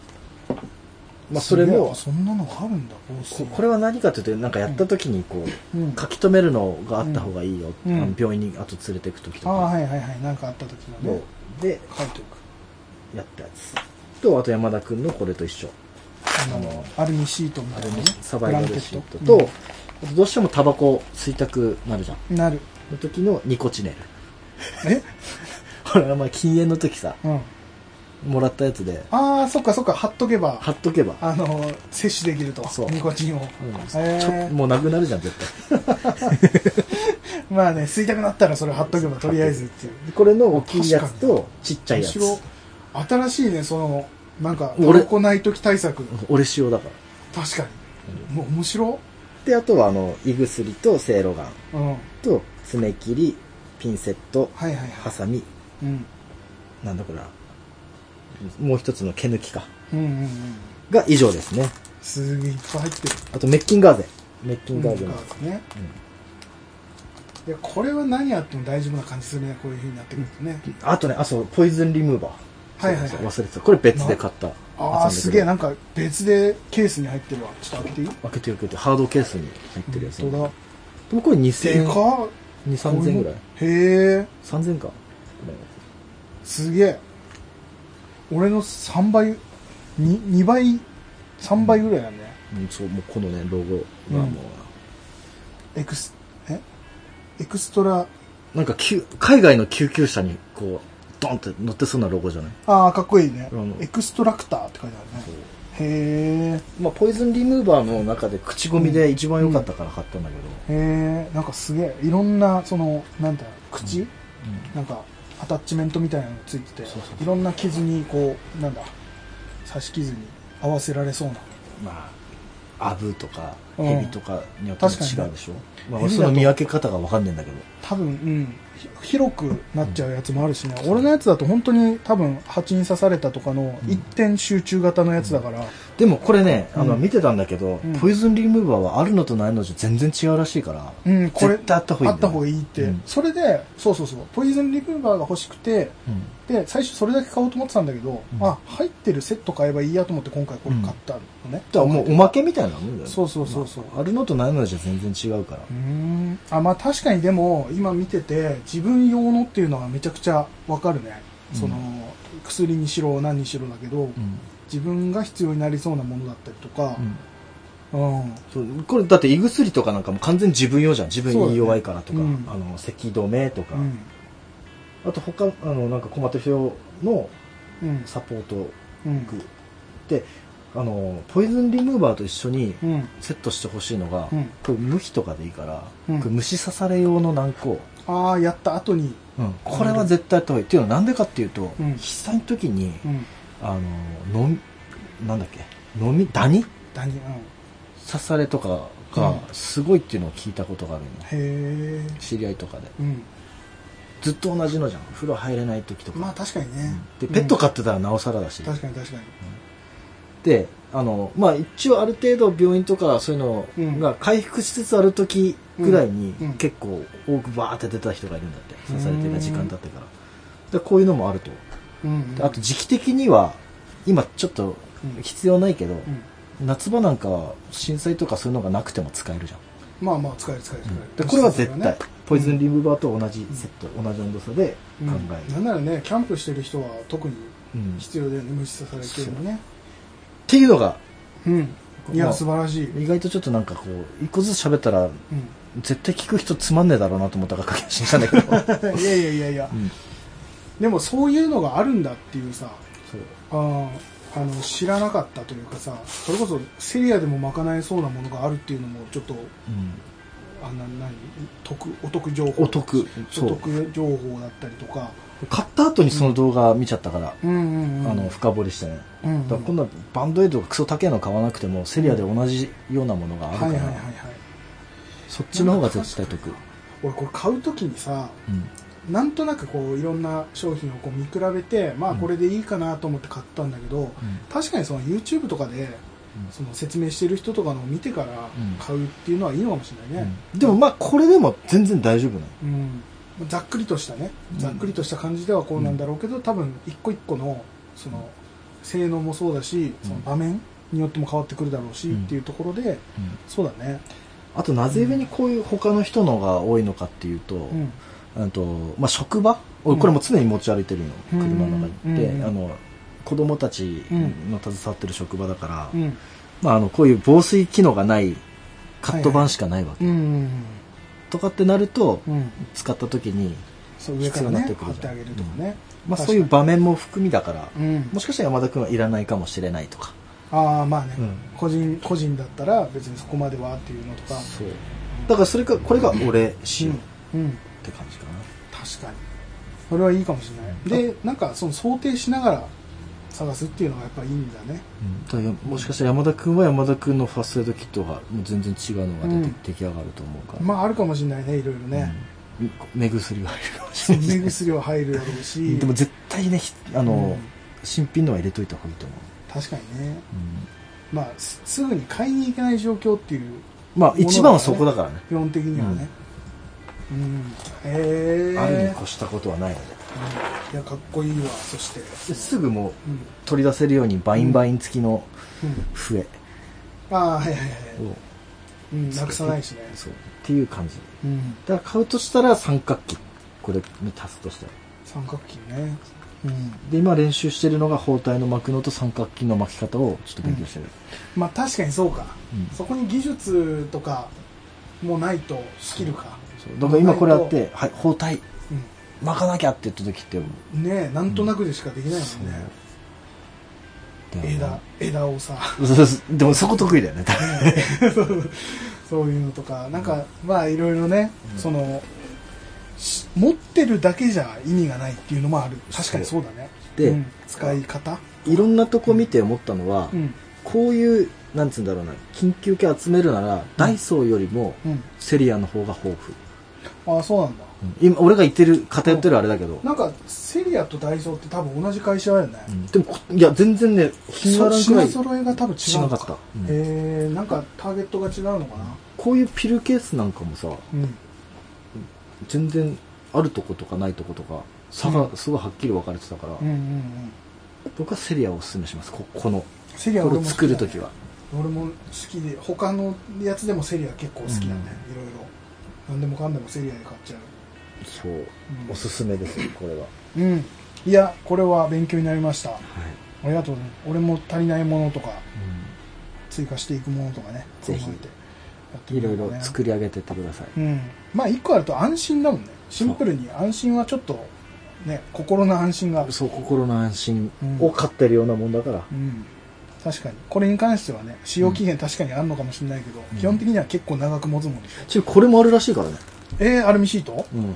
[SPEAKER 1] まあ、それも、
[SPEAKER 2] すげえあそんなのがあるんだ防水
[SPEAKER 1] ここれは何かというと、なんかやった時にこう、
[SPEAKER 2] うん
[SPEAKER 1] 書き留めるのがあった方がいいよ。
[SPEAKER 2] うん
[SPEAKER 1] あの病院に後連れて行く時と
[SPEAKER 2] ああ
[SPEAKER 1] か。
[SPEAKER 2] はいはいはいなんかあった時の
[SPEAKER 1] も
[SPEAKER 2] ね
[SPEAKER 1] うで、
[SPEAKER 2] 書いておく
[SPEAKER 1] やったやつ。と、あと山田くんのこれと一緒。
[SPEAKER 2] あの、アルミシートみ
[SPEAKER 1] あ
[SPEAKER 2] た
[SPEAKER 1] れ
[SPEAKER 2] いな
[SPEAKER 1] ね
[SPEAKER 2] ね。
[SPEAKER 1] サバイバルシート
[SPEAKER 2] ブランケ
[SPEAKER 1] と、あとどうしてもタバコ吸いたくなるじゃん
[SPEAKER 2] うんなる。
[SPEAKER 1] の時のニコチネル [LAUGHS]
[SPEAKER 2] え
[SPEAKER 1] ほらまあ禁煙の時さ
[SPEAKER 2] うん。
[SPEAKER 1] もらったやつで
[SPEAKER 2] ああ、そっかそっか、貼っとけば、
[SPEAKER 1] 貼っとけば、
[SPEAKER 2] あの、摂取できると。
[SPEAKER 1] そう
[SPEAKER 2] ニコチン
[SPEAKER 1] う
[SPEAKER 2] を。
[SPEAKER 1] ん
[SPEAKER 2] へ
[SPEAKER 1] ちょ
[SPEAKER 2] ー
[SPEAKER 1] もうなくなるじゃん絶対
[SPEAKER 2] まあね、吸いたくなったらそれ貼っとけば、とりあえずっていう。
[SPEAKER 1] でこれの大きいやつとちっちゃいやつ
[SPEAKER 2] むしろ新しいねそのなんか
[SPEAKER 1] 俺
[SPEAKER 2] 行ない時対策
[SPEAKER 1] 俺塩だから
[SPEAKER 2] 確かにもう面白
[SPEAKER 1] であとはあの胃薬とせいろがん
[SPEAKER 2] うんはい
[SPEAKER 1] と爪切りピンセット
[SPEAKER 2] はいはい
[SPEAKER 1] ハサミ
[SPEAKER 2] うん
[SPEAKER 1] なんだこれはもう一つの毛抜きか
[SPEAKER 2] うんうんうん
[SPEAKER 1] が以上ですね
[SPEAKER 2] すげえいっぱい入ってる
[SPEAKER 1] あとメッキンガーゼメッキンガー
[SPEAKER 2] う
[SPEAKER 1] ゼ
[SPEAKER 2] ん
[SPEAKER 1] の、
[SPEAKER 2] ガーゼねいやこれは何やっても大丈夫な感じするねこういう風になってくるとね
[SPEAKER 1] うんあとねあそうポイズンリムーバー
[SPEAKER 2] はいはいはい
[SPEAKER 1] そうそう忘れてたこれ別で買った
[SPEAKER 2] ああ
[SPEAKER 1] 遊ん
[SPEAKER 2] す
[SPEAKER 1] でくれ
[SPEAKER 2] げえなんか別でケースに入ってるわちょっと開けていい
[SPEAKER 1] 開けて開けてハードケースに入ってるやつ
[SPEAKER 2] 本当だ
[SPEAKER 1] でもこれ2000
[SPEAKER 2] で
[SPEAKER 1] 円2
[SPEAKER 2] かっ
[SPEAKER 1] 3000円ぐらい
[SPEAKER 2] へえ
[SPEAKER 1] 3000か
[SPEAKER 2] すげえ俺の3倍 2, 2倍3倍ぐらいだね、
[SPEAKER 1] うんそうもうこのねロゴがもう、
[SPEAKER 2] エクス、えエクストラ、
[SPEAKER 1] なんか救海外の救急車にこうドンって乗ってそうなロゴじゃない
[SPEAKER 2] ああ、かっこいいね
[SPEAKER 1] あの。
[SPEAKER 2] エクストラクターって書いてあるね。へ
[SPEAKER 1] まあ、ポイズンリムーバーの中で口コミで一番良かったから買ったんだけど、
[SPEAKER 2] え、へえ、なんかすげえ、いろんな、その、なんだろう、口、
[SPEAKER 1] うん
[SPEAKER 2] なんか、アタッチメントみたいなのついてて
[SPEAKER 1] そうそう
[SPEAKER 2] いろんな傷に、こう、なんだ、刺し傷に合わせられそうな。
[SPEAKER 1] まあアブとか
[SPEAKER 2] うん
[SPEAKER 1] ヘビとかによっても違うでしょ、まあ、俺
[SPEAKER 2] 蛇
[SPEAKER 1] そ
[SPEAKER 2] だと
[SPEAKER 1] の見分け方が分かんないんだけど
[SPEAKER 2] 多分、うん、ひ広くなっちゃうやつもあるしね。俺のやつだと本当に多分、蜂に刺されたとかの一点集中型のやつだから、
[SPEAKER 1] でもこれねあの
[SPEAKER 2] うん
[SPEAKER 1] 見てたんだけど、
[SPEAKER 2] うん
[SPEAKER 1] ポイズンリムーバーはあるのとないのじゃ全然違うらしいから、
[SPEAKER 2] うん、これ
[SPEAKER 1] 絶対あった方がいい
[SPEAKER 2] あった方がいいって、
[SPEAKER 1] うん
[SPEAKER 2] それでそうそうそうポイズンリムーバーが欲しくてで最初それだけ買おうと思ってたんだけど、
[SPEAKER 1] うん
[SPEAKER 2] あ入ってるセット買えばいいやと思って今回これ買ったのね、
[SPEAKER 1] だからもうおまけみたいなもんだよね
[SPEAKER 2] そうそうそうそう
[SPEAKER 1] まああるのとないのじゃ全然違うから、
[SPEAKER 2] うーんあまあ確かにでも今見てて自分用のっていうのはめちゃくちゃわかるね、
[SPEAKER 1] うん
[SPEAKER 2] その薬にしろ何にしろだけど、
[SPEAKER 1] うん
[SPEAKER 2] 自分が必要になりそうなものだったりとか、うん
[SPEAKER 1] そうこれだって胃薬とかなんかも完全に自分用じゃん自分
[SPEAKER 2] そうだね
[SPEAKER 1] に弱いからとか、
[SPEAKER 2] うん
[SPEAKER 1] あの咳止めとか、
[SPEAKER 2] うん
[SPEAKER 1] あと他あのなんか困ってる人の
[SPEAKER 2] うん
[SPEAKER 1] サポート
[SPEAKER 2] うん
[SPEAKER 1] グであのポイズンリムーバーと一緒に
[SPEAKER 2] うん
[SPEAKER 1] セットしてほしいのが、
[SPEAKER 2] うん
[SPEAKER 1] これ無比とかでいいから、
[SPEAKER 2] うん
[SPEAKER 1] これ虫刺され用の軟膏、
[SPEAKER 2] ああやった後に
[SPEAKER 1] これは絶対やった方がいいっていうのはなんでかっていうと、
[SPEAKER 2] うん
[SPEAKER 1] 被災の時に、
[SPEAKER 2] うん
[SPEAKER 1] あの飲みなんだっけ飲みダニ
[SPEAKER 2] ダニうん
[SPEAKER 1] 刺されとかがすごいっていうのを聞いたことがあるの、
[SPEAKER 2] へえ
[SPEAKER 1] 知り合いとかで
[SPEAKER 2] うん
[SPEAKER 1] ずっと同じのじゃん風呂入れない時とか、
[SPEAKER 2] まあ確かにね。
[SPEAKER 1] でペット飼
[SPEAKER 2] か。
[SPEAKER 1] ってたらなおさらだし、
[SPEAKER 2] 確かに確かに。
[SPEAKER 1] であのまあ一応ある程度病院とかそういうのが回復しつつある時ぐらいに
[SPEAKER 2] うんうん
[SPEAKER 1] 結構多くバーって出た人がいるんだって刺されてる時間経ってからでこういうのもあると
[SPEAKER 2] うん、うん。
[SPEAKER 1] であと時期的には今ちょっと
[SPEAKER 2] うん
[SPEAKER 1] 必要ないけど
[SPEAKER 2] うん。
[SPEAKER 1] 夏場なんかは震災とかそういうのがなくても使えるじゃん
[SPEAKER 2] まあまあ使える使える使える。
[SPEAKER 1] でこれは絶
[SPEAKER 2] そうだ
[SPEAKER 1] 対
[SPEAKER 2] ね
[SPEAKER 1] ポイズンリムーバーと同じセット同じ温度差で
[SPEAKER 2] う
[SPEAKER 1] 考
[SPEAKER 2] ん
[SPEAKER 1] え
[SPEAKER 2] な
[SPEAKER 1] る
[SPEAKER 2] んならね、キャンプしてる人は特に
[SPEAKER 1] うんっ
[SPEAKER 2] 必要で、ね、虫刺され系のね。
[SPEAKER 1] ていうのが
[SPEAKER 2] うん。い
[SPEAKER 1] ま
[SPEAKER 2] や、
[SPEAKER 1] あ
[SPEAKER 2] 素晴らしい。うん。
[SPEAKER 1] 意外とちょっとなんかこう一個ずつ喋ったら絶対聞く人つまんねえだろうなと思ったから書き出したんだけど、 [LAUGHS]
[SPEAKER 2] いやいやいやいや。でもそういうのがあるんだっていうさ、
[SPEAKER 1] そう
[SPEAKER 2] あーあの知らなかったというかさ、それこそセリアでも賄えそうなものがあるっていうのもちょっと、あんな、何得、お得情報。
[SPEAKER 1] お得そ
[SPEAKER 2] お
[SPEAKER 1] う
[SPEAKER 2] 得情報だったりとか。
[SPEAKER 1] 買った後にその動画見ちゃったから、
[SPEAKER 2] うんうんうん。
[SPEAKER 1] あの深掘りしてね
[SPEAKER 2] うんうん、
[SPEAKER 1] だからこんなバンドエイドがクソ高いの買わなくてもセリアで同じようなものがあるか
[SPEAKER 2] はい
[SPEAKER 1] ら、
[SPEAKER 2] はいはいはい
[SPEAKER 1] そっちの方が絶対得、
[SPEAKER 2] 俺これ買う時にさ
[SPEAKER 1] うん
[SPEAKER 2] なんとなくこういろんな商品をこう見比べてまあこれでいいかなと思って買ったんだけど、確かにその YouTube とかでその説明してる人とかのを見てから
[SPEAKER 1] うん
[SPEAKER 2] 買うっていうのはいいのかもしれないね、
[SPEAKER 1] うんでもまあこれでも全然大丈夫なの
[SPEAKER 2] うんざっくりとしたね
[SPEAKER 1] うん
[SPEAKER 2] ざっくりとした感じではこうなんだろうけど、多分一個一個のその性能もそうだしその場面によっても変わってくるだろうし、
[SPEAKER 1] うん
[SPEAKER 2] っていうところでそうだね、
[SPEAKER 1] あとなぜ上にこういう他の人のが多いのかっていうと,、
[SPEAKER 2] うん、
[SPEAKER 1] あとまあ、職場俺これも常に持ち歩いてるの、
[SPEAKER 2] うん
[SPEAKER 1] 車の中に、で
[SPEAKER 2] うん
[SPEAKER 1] あの子供たちの携わってる職場だから、
[SPEAKER 2] うん
[SPEAKER 1] まあ、あのこういう防水機能がないカット板しかないわけ、
[SPEAKER 2] うん
[SPEAKER 1] とかってなると、
[SPEAKER 2] うん
[SPEAKER 1] 使った時に、
[SPEAKER 2] そう上か
[SPEAKER 1] 必
[SPEAKER 2] ら
[SPEAKER 1] 要にな
[SPEAKER 2] ね
[SPEAKER 1] ってく
[SPEAKER 2] 貼
[SPEAKER 1] る
[SPEAKER 2] っ
[SPEAKER 1] じゃん
[SPEAKER 2] てあげるとかね、
[SPEAKER 1] まあ、そういう場面も含みだから、
[SPEAKER 2] うん
[SPEAKER 1] もしかしたら山田君はいらないかもしれないとか
[SPEAKER 2] ああまあね、
[SPEAKER 1] うん
[SPEAKER 2] 個人個人だったら別にそこまではっていうのとか
[SPEAKER 1] そうだからそれかこれが俺仕様っ
[SPEAKER 2] うん、うん、
[SPEAKER 1] て感じかな、
[SPEAKER 2] 確かにそれはいいかもしれないでなんかその想定しながら探すっていうのがやっぱいいんだね
[SPEAKER 1] ただもしかしたら山田君は山田君のファストエイドキットがもう全然違うのが出て、
[SPEAKER 2] うん
[SPEAKER 1] 出来上がると思うから、
[SPEAKER 2] まああるかもしれないねいろいろね、
[SPEAKER 1] うん目薬が入るかもしれない
[SPEAKER 2] 目薬は入るだろうし
[SPEAKER 1] でも絶対ねひあの、
[SPEAKER 2] うん
[SPEAKER 1] 新品のは入れといた方がいいと思う、
[SPEAKER 2] 確かにねまあすすぐに買いに行けない状況っていう
[SPEAKER 1] まあ一番はそこだからね
[SPEAKER 2] 基本的にはねうん、へえ
[SPEAKER 1] あるに越したことはないので
[SPEAKER 2] うんいやかっこいいわそして
[SPEAKER 1] ですぐもう
[SPEAKER 2] うん、
[SPEAKER 1] 取り出せるようにバインバイン付きの
[SPEAKER 2] うん、
[SPEAKER 1] 笛を、
[SPEAKER 2] ああはいはいはい、うん、なくさないしね
[SPEAKER 1] そうっていう感じ
[SPEAKER 2] うん
[SPEAKER 1] だから買うとしたら三角形これに足すとしたら
[SPEAKER 2] 三角筋ねうん
[SPEAKER 1] で今練習してるのが包帯の巻くのと三角筋の巻き方をちょっと勉強してる、
[SPEAKER 2] まあ確かにそうか、
[SPEAKER 1] うん
[SPEAKER 2] そこに技術とかもないとスキルか、
[SPEAKER 1] そうだから今これやって、はい、包帯
[SPEAKER 2] う
[SPEAKER 1] 巻かなきゃって言った時って
[SPEAKER 2] ん、ねえなんとなくでしかできないもんね、枝枝をさ [LAUGHS]
[SPEAKER 1] そうそうでもそこ得意だよね多分
[SPEAKER 2] そういうのとかなんかまあいろいろね、そのし持ってるだけじゃ意味がないっていうのもある確かにそうだね
[SPEAKER 1] で
[SPEAKER 2] うん使い方
[SPEAKER 1] [LAUGHS] いろんなとこ見て思ったのは、
[SPEAKER 2] うん
[SPEAKER 1] こういうなんつうんだろうな緊急系集めるなら、ダイソーよりも
[SPEAKER 2] うん
[SPEAKER 1] セリアの方が豊富、
[SPEAKER 2] ああそうなんだ
[SPEAKER 1] 今俺が言ってる偏ってるあれだけど、
[SPEAKER 2] なんかセリアとダイソーって多分同じ会社だよね、
[SPEAKER 1] うんでもこいや全然ね品
[SPEAKER 2] そ
[SPEAKER 1] が
[SPEAKER 2] う
[SPEAKER 1] らんくら
[SPEAKER 2] 品
[SPEAKER 1] い
[SPEAKER 2] 揃えが多分違う
[SPEAKER 1] 違
[SPEAKER 2] の
[SPEAKER 1] かったうん
[SPEAKER 2] えー、なんかターゲットが違うのかな
[SPEAKER 1] こういうピルケースなんかもさ
[SPEAKER 2] うん
[SPEAKER 1] 全然あるとことかないとことか差がすごいはっきり分かれてたから、
[SPEAKER 2] うんうんうん
[SPEAKER 1] 僕はセリアをおすすめしますここの
[SPEAKER 2] セリア
[SPEAKER 1] こ
[SPEAKER 2] 俺
[SPEAKER 1] れ
[SPEAKER 2] も
[SPEAKER 1] を
[SPEAKER 2] 好き
[SPEAKER 1] 作る
[SPEAKER 2] だね
[SPEAKER 1] 時は
[SPEAKER 2] 俺も好きで他のやつでもセリア結構好きだね、
[SPEAKER 1] う
[SPEAKER 2] いろいろ何でもかんでもセリアで買っちゃ
[SPEAKER 1] そう、
[SPEAKER 2] ん
[SPEAKER 1] おすすめですよこれは、
[SPEAKER 2] ううんいやこれは勉強になりましたありがとうね俺も足りないものとか追加していくものとかね
[SPEAKER 1] ぜひ
[SPEAKER 2] 考えてやって
[SPEAKER 1] い
[SPEAKER 2] みよ
[SPEAKER 1] ろ
[SPEAKER 2] う
[SPEAKER 1] い
[SPEAKER 2] かね
[SPEAKER 1] ろ作り上げてってください、
[SPEAKER 2] うんまあ一個あると安心だもんねシンプルに安心はちょっとね心の安心が
[SPEAKER 1] そう心の安心を買ってるようなもんだから、
[SPEAKER 2] うん確かにこれに関してはね使用期限確かにあるのかもしれないけど、
[SPEAKER 1] ん
[SPEAKER 2] 基本的には結構長く持つもんでしょ
[SPEAKER 1] ちょこれもあるらしいからね
[SPEAKER 2] えー、アルミシート
[SPEAKER 1] うん
[SPEAKER 2] へ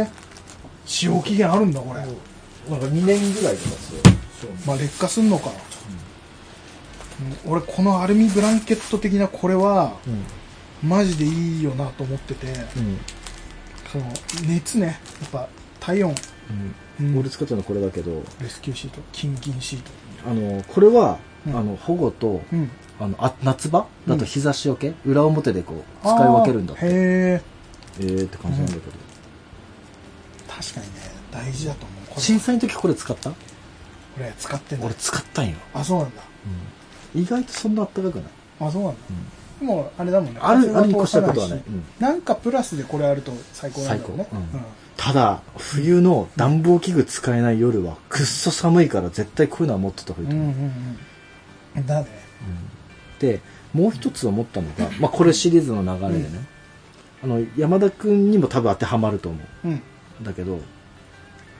[SPEAKER 2] え使用期限あるんだこれ、
[SPEAKER 1] なんか2年ぐらいとかですよ
[SPEAKER 2] まあ劣化すんのか、うん俺このアルミブランケット的なこれは
[SPEAKER 1] うん
[SPEAKER 2] マジでいいよなと思ってて
[SPEAKER 1] うん
[SPEAKER 2] その熱ねやっぱ体温うん
[SPEAKER 1] 俺使ったのこれだけど
[SPEAKER 2] レスキューシートキンキンシート
[SPEAKER 1] あのこれは、
[SPEAKER 2] うん
[SPEAKER 1] あの保護と、
[SPEAKER 2] うん
[SPEAKER 1] あのあ夏場だと日差しよけ、裏表でこう使い分けるんだって
[SPEAKER 2] あーへえ
[SPEAKER 1] えーって感じなんだけど、
[SPEAKER 2] 確かにね大事だと思うこれ
[SPEAKER 1] 震災の時これ使った
[SPEAKER 2] これ使ってんだ
[SPEAKER 1] 俺使ったんよ、
[SPEAKER 2] あそうなんだ
[SPEAKER 1] 意外とそんな暖かくない
[SPEAKER 2] あそうなんだ、でもあれだもんね
[SPEAKER 1] ある
[SPEAKER 2] 風が
[SPEAKER 1] あるに越した
[SPEAKER 2] 通
[SPEAKER 1] こと
[SPEAKER 2] さ
[SPEAKER 1] はない
[SPEAKER 2] し
[SPEAKER 1] うん
[SPEAKER 2] なんかプラスでこれあると最高なんだろうね
[SPEAKER 1] 最高うんただ冬の暖房器具使えない夜はくっそ寒いから絶対こういうのは持ってた方がいい
[SPEAKER 2] うん
[SPEAKER 1] と思う、
[SPEAKER 2] うんうんうんだね
[SPEAKER 1] でもう一つ思ったのが、まあ、これシリーズの流れでね、あの山田君にも多分当てはまると思
[SPEAKER 2] うん
[SPEAKER 1] うんだけど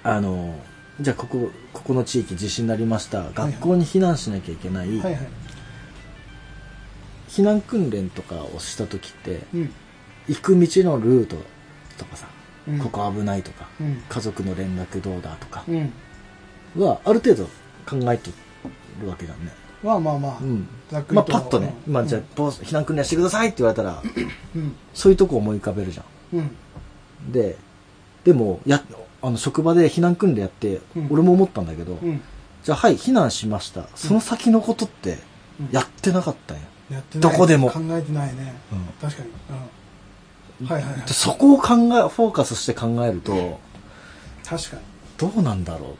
[SPEAKER 1] あのじゃあここここの地域地震になりました学校に避難しなきゃいけない、
[SPEAKER 2] はいはい
[SPEAKER 1] 避難訓練とかをした時って
[SPEAKER 2] うん
[SPEAKER 1] 行く道のルートとかさ、
[SPEAKER 2] うん
[SPEAKER 1] ここ危ないとか、
[SPEAKER 2] うん
[SPEAKER 1] 家族の連絡どうだとか
[SPEAKER 2] うん
[SPEAKER 1] はある程度考えてるわけだね、
[SPEAKER 2] まあまあまあ、
[SPEAKER 1] うん
[SPEAKER 2] ざっくりと
[SPEAKER 1] まあ、パッとね、
[SPEAKER 2] うん
[SPEAKER 1] まあ、じゃあ
[SPEAKER 2] うん
[SPEAKER 1] 防避難訓練してくださいって言われたら
[SPEAKER 2] うん
[SPEAKER 1] そういうとこ思い浮かべるじゃ
[SPEAKER 2] うん
[SPEAKER 1] んででもやあの職場で避難訓練やって、
[SPEAKER 2] うん
[SPEAKER 1] 俺も思ったんだけど、
[SPEAKER 2] うん
[SPEAKER 1] じゃあはい避難しましたその先のことって
[SPEAKER 2] うん
[SPEAKER 1] やってなかったんや、
[SPEAKER 2] やってない
[SPEAKER 1] どこでも
[SPEAKER 2] 考えてないね、
[SPEAKER 1] うん
[SPEAKER 2] 確かに、うん、はいはいはい
[SPEAKER 1] でそこを考えフォーカスして考えると
[SPEAKER 2] 確かに
[SPEAKER 1] どうなんだろうっ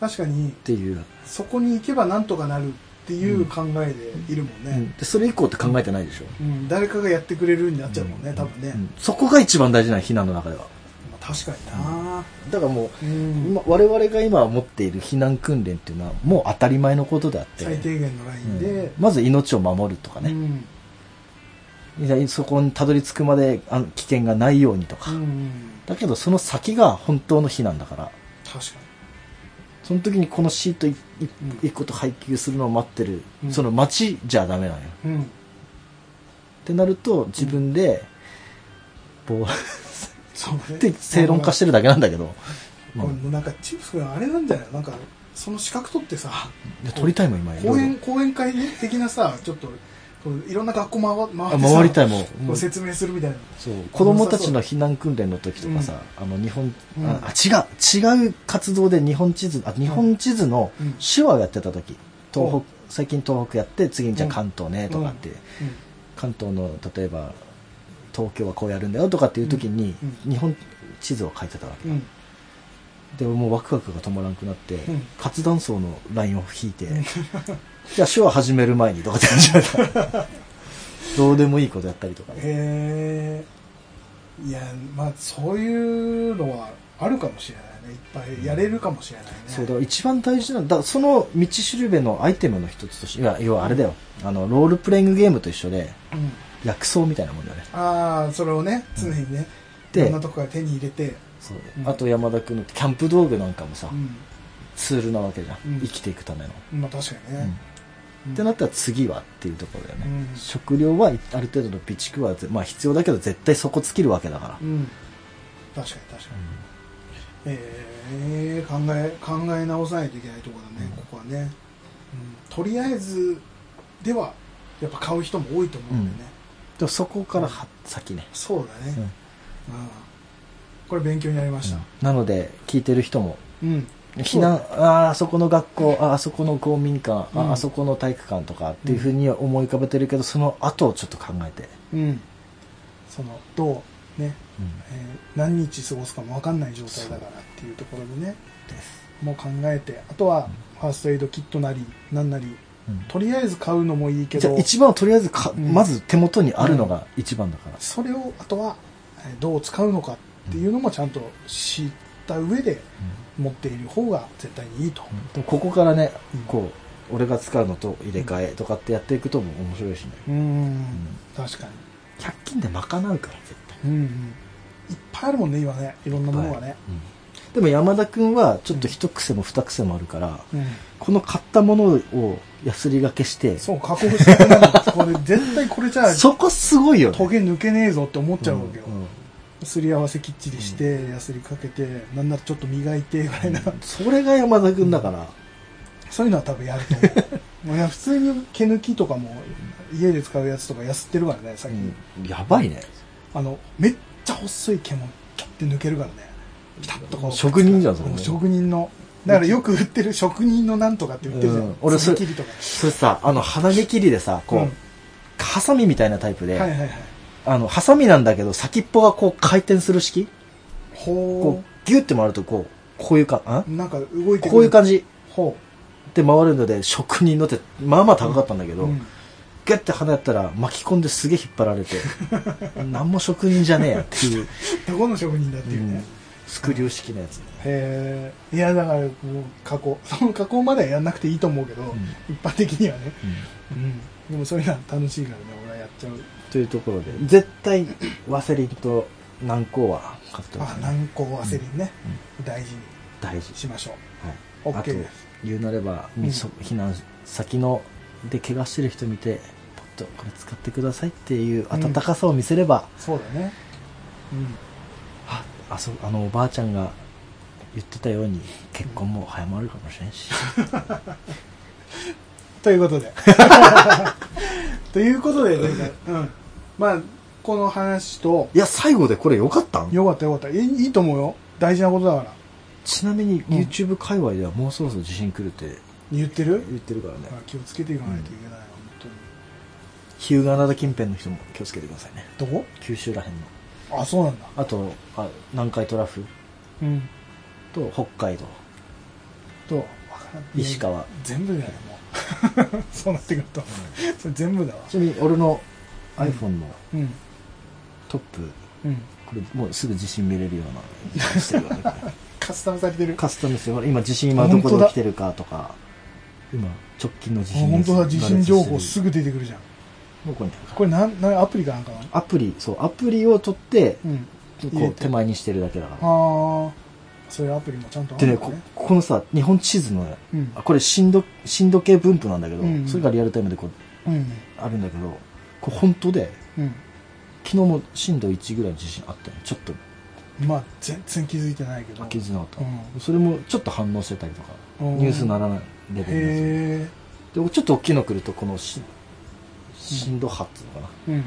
[SPEAKER 2] 確かに
[SPEAKER 1] ていう
[SPEAKER 2] そこに行けばなんとかなるっていう考えでいるもんね、
[SPEAKER 1] でそれ以降って考えてないでしょ、
[SPEAKER 2] うん誰かがやってくれるになっちゃうもんね、多分ね、
[SPEAKER 1] うんそこが一番大事な避難の中では
[SPEAKER 2] まあ確かにな、な
[SPEAKER 1] だからも
[SPEAKER 2] う
[SPEAKER 1] う、
[SPEAKER 2] ん
[SPEAKER 1] 今我々が今持っている避難訓練っていうのはもう当たり前のことであって、
[SPEAKER 2] 最低限のライン
[SPEAKER 1] う
[SPEAKER 2] で
[SPEAKER 1] ん、まず命を守るとか
[SPEAKER 2] う
[SPEAKER 1] ね、
[SPEAKER 2] ん
[SPEAKER 1] そこにたどり着くまであの危険がないようにとか、
[SPEAKER 2] うん
[SPEAKER 1] だけどその先が本当の避難だから
[SPEAKER 2] 確かに
[SPEAKER 1] その時にこのシートいい
[SPEAKER 2] うん
[SPEAKER 1] 一個と配給するのを待ってる、
[SPEAKER 2] うん
[SPEAKER 1] その待ちじゃダメなのよ
[SPEAKER 2] うん
[SPEAKER 1] ってなると自分で、ぼー
[SPEAKER 2] そうね
[SPEAKER 1] って正論化してるだけなんだけど、まあ
[SPEAKER 2] これもうなんかチップスがあれなんじゃないのなんかその資格取ってさ
[SPEAKER 1] いや撮りたいもん今いろ
[SPEAKER 2] 講
[SPEAKER 1] いろ
[SPEAKER 2] 演講演会的なさちょっとこういろんな学校回
[SPEAKER 1] あ
[SPEAKER 2] 回ってさ
[SPEAKER 1] 回りたいもん
[SPEAKER 2] こ
[SPEAKER 1] も
[SPEAKER 2] う
[SPEAKER 1] う
[SPEAKER 2] 説明するみたいな
[SPEAKER 1] そう子供たちの避難訓練の時とかさ、あの日本、ああ違う違う活動で日本地図あ日本地図の
[SPEAKER 2] うん
[SPEAKER 1] 手話をやってた時東北、
[SPEAKER 2] うん
[SPEAKER 1] 最近東北やって次にじゃあ
[SPEAKER 2] うん
[SPEAKER 1] 関東ねとかって、関東の例えば東京はこうやるんだよとかっていう時に、
[SPEAKER 2] うん
[SPEAKER 1] 日本地図を書いてたわけ
[SPEAKER 2] うんうん
[SPEAKER 1] [LAUGHS] でもうワクワクが止まらなくなって、
[SPEAKER 2] うん
[SPEAKER 1] 活断層のラインを引いて、じゃあ手話始める前にとかってやっちゃった
[SPEAKER 2] [LAUGHS]
[SPEAKER 1] どうでもいいことやったりとかね
[SPEAKER 2] へえいやまあそういうのはあるかもしれないねいっぱいやれるかもしれないね
[SPEAKER 1] そうだから一番大事なのだからその道しるべのアイテムの一つとしていや要はあれだよあのロールプレイングゲームと一緒で
[SPEAKER 2] うん
[SPEAKER 1] 薬草みたいなもんだよね
[SPEAKER 2] ああそれをね常にねい
[SPEAKER 1] で
[SPEAKER 2] ろんなとこから手に入れて
[SPEAKER 1] そう
[SPEAKER 2] うん
[SPEAKER 1] あと山田君のキャンプ道具なんかもさ、
[SPEAKER 2] うん
[SPEAKER 1] ツールなわけじゃん、
[SPEAKER 2] うん
[SPEAKER 1] 生きていくための、
[SPEAKER 2] まあ確かに
[SPEAKER 1] うん
[SPEAKER 2] ね、うん
[SPEAKER 1] ってなったら次はっていうところだよね、
[SPEAKER 2] うん
[SPEAKER 1] 食料はある程度の備蓄はぜ、まあ、必要だけど絶対そこ尽きるわけだから、
[SPEAKER 2] うん確かに確かに、えー、考え考え直さないといけないところだね、ここはね、うん、とりあえずではやっぱ買う人も多いと思うんだよね、
[SPEAKER 1] でもそこからは先ね、
[SPEAKER 2] そうだね、
[SPEAKER 1] う
[SPEAKER 2] うんんこれ勉強になりました
[SPEAKER 1] なので聞いてる人も
[SPEAKER 2] うん、
[SPEAKER 1] 避難あーあそこの学校あーあそこの公民館、あ
[SPEAKER 2] うん
[SPEAKER 1] ーあそこの体育館とかっていうふうには思い浮かべてるけどその後をちょっと考えて、
[SPEAKER 2] うん、そのどうね、えー何日過ごすかも分かんない状態だからっていうところでね
[SPEAKER 1] です、
[SPEAKER 2] もう考えてあとはファーストエイドキットなりなんなり
[SPEAKER 1] うん
[SPEAKER 2] とりあえず買うのもいいけ
[SPEAKER 1] じゃ
[SPEAKER 2] ど
[SPEAKER 1] あ一番はとりあえずか、
[SPEAKER 2] うん
[SPEAKER 1] まず手元にあるのが一番だから、
[SPEAKER 2] それをあとはえーどう使うのかっていうのもちゃんと知った上で持っている方が絶対にいいと、
[SPEAKER 1] でもここからね
[SPEAKER 2] うん
[SPEAKER 1] こう俺が使うのと入れ替えとかってやっていくとも面白いしね
[SPEAKER 2] うん、確か
[SPEAKER 1] 100均で賄うから絶対
[SPEAKER 2] に、うんうん、いっぱいあるもんね今ねいろんなものがね、
[SPEAKER 1] うんでも山田君はちょっと一癖も二癖もあるから、
[SPEAKER 2] うん
[SPEAKER 1] この買ったものをヤスリがけしてそ
[SPEAKER 2] そう、加工してくれないのこれ、絶対これ
[SPEAKER 1] [LAUGHS]
[SPEAKER 2] じゃ、
[SPEAKER 1] こすごいよね
[SPEAKER 2] トゲ抜けねえぞって思っちゃうわけよ
[SPEAKER 1] う。んうん
[SPEAKER 2] すり合わせきっちりして、ヤスリかけて、なんならちょっと磨いて、ぐらいな。
[SPEAKER 1] それが山田君だから、
[SPEAKER 2] そういうのは多分やると
[SPEAKER 1] [LAUGHS]
[SPEAKER 2] 思う。いや、普通に毛抜きとかも、家で使うやつとかやすってるからね、最近。
[SPEAKER 1] やばいね
[SPEAKER 2] あの、めっちゃ細い毛も、キャッて抜けるからね。ピタッとこう。
[SPEAKER 1] 職人じゃんそれ
[SPEAKER 2] う職人の。だからよく売ってる職人のなんとかって売ってるじゃん。
[SPEAKER 1] うん俺それ
[SPEAKER 2] 爪切りとか。
[SPEAKER 1] それさあの鼻毛切りでさこう、
[SPEAKER 2] うん
[SPEAKER 1] ハサミみたいなタイプで、
[SPEAKER 2] はいはいはい。
[SPEAKER 1] あのハサミなんだけど先っぽがこう回転する式
[SPEAKER 2] ほ
[SPEAKER 1] こうギュッて回るとこうこういうかあ
[SPEAKER 2] う。なんか動いてくる
[SPEAKER 1] こういう感じ
[SPEAKER 2] ほ
[SPEAKER 1] で回るので職人のってまあまあ高かったんだけ
[SPEAKER 2] う。
[SPEAKER 1] ど、
[SPEAKER 2] うん
[SPEAKER 1] ギュッて鼻やったら巻き込んですげえ引っ張られて [LAUGHS] 何も職人 [LAUGHS] じゃねえやっていう、
[SPEAKER 2] どこの職人だって
[SPEAKER 1] う
[SPEAKER 2] いうね、
[SPEAKER 1] んスクリュー式のやつね
[SPEAKER 2] へえいやだからもう加 [LAUGHS] 工その加工まではやんなくていいと思うけど、一般的にはね、うん、でもそういうのは楽しいからね俺はやっちゃう
[SPEAKER 1] というところで絶対ワセリンと軟膏は買ってお
[SPEAKER 2] あ
[SPEAKER 1] くね
[SPEAKER 2] 軟膏ワセリンね、大事に
[SPEAKER 1] 大事
[SPEAKER 2] しましょ
[SPEAKER 1] はい、
[SPEAKER 2] OK
[SPEAKER 1] あと
[SPEAKER 2] です
[SPEAKER 1] 言うなれば、
[SPEAKER 2] うん
[SPEAKER 1] そ避難先ので怪我してる人見てパッとこれ使ってくださいっていう温かさを見せれば、
[SPEAKER 2] うそうだねうん
[SPEAKER 1] ああそうあのおばあちゃんが言ってたように結婚も早まるかもしれん [LAUGHS] し、
[SPEAKER 2] ということ [LAUGHS] でということでなんか、うん、まあこの話と
[SPEAKER 1] いや最後でこれ良かったん
[SPEAKER 2] よかったよかったいいいいと思うよ大事なことだから
[SPEAKER 1] ちなみに
[SPEAKER 2] ん
[SPEAKER 1] YouTube 界隈ではもうそろそろ地震来るって
[SPEAKER 2] 言ってる
[SPEAKER 1] 言ってるからね、
[SPEAKER 2] 気をつけていかないといけない、本
[SPEAKER 1] 日向灘近辺の人も気をつけてくださいね
[SPEAKER 2] 当にどこ
[SPEAKER 1] 九州ら辺の
[SPEAKER 2] あそうなんだ
[SPEAKER 1] あとあ南海トラフ
[SPEAKER 2] うん
[SPEAKER 1] と北海道
[SPEAKER 2] とわからん
[SPEAKER 1] 石川
[SPEAKER 2] 全部だよもう [LAUGHS] そうなってくると、それ全部だわ
[SPEAKER 1] ちなみに俺の iPhone の
[SPEAKER 2] うん
[SPEAKER 1] トップ
[SPEAKER 2] うん
[SPEAKER 1] これもうすぐ自信見れるような
[SPEAKER 2] [LAUGHS]
[SPEAKER 1] してるよねこれ
[SPEAKER 2] カスタムされてる。
[SPEAKER 1] カスタムしてほら今地震今どこで起きてるかとか今直近の地
[SPEAKER 2] あ
[SPEAKER 1] 震
[SPEAKER 2] 本当だ、地震情報す
[SPEAKER 1] ぐ
[SPEAKER 2] ぐ出てくるじゃん。
[SPEAKER 1] どこにあるか
[SPEAKER 2] これなん、なん、アプリかなんかな
[SPEAKER 1] アプリそうアプリを取って
[SPEAKER 2] うん。入
[SPEAKER 1] こ
[SPEAKER 2] れ
[SPEAKER 1] う
[SPEAKER 2] て
[SPEAKER 1] 手前にしてるだけだから
[SPEAKER 2] ああ、そういうアプリもちゃんとあ
[SPEAKER 1] で
[SPEAKER 2] るん
[SPEAKER 1] ね
[SPEAKER 2] だ
[SPEAKER 1] こここのさ日本地図のね
[SPEAKER 2] うん
[SPEAKER 1] あこれ震度震度計分布なんだけど、
[SPEAKER 2] うんうん
[SPEAKER 1] それがリアルタイムでこう
[SPEAKER 2] うん。
[SPEAKER 1] あるんだけどこれ本当で
[SPEAKER 2] うん。
[SPEAKER 1] 昨日も震度1ぐらいの地震あったのちょっと
[SPEAKER 2] まあ、全然気づいてないけど。
[SPEAKER 1] 気づかなかった、
[SPEAKER 2] うん
[SPEAKER 1] それもちょっと反応してたりとか
[SPEAKER 2] うん
[SPEAKER 1] ニュースにならないレベルのやつ
[SPEAKER 2] へ
[SPEAKER 1] でちょっと大きいの来るとこのし震度波っていうのかな、
[SPEAKER 2] え。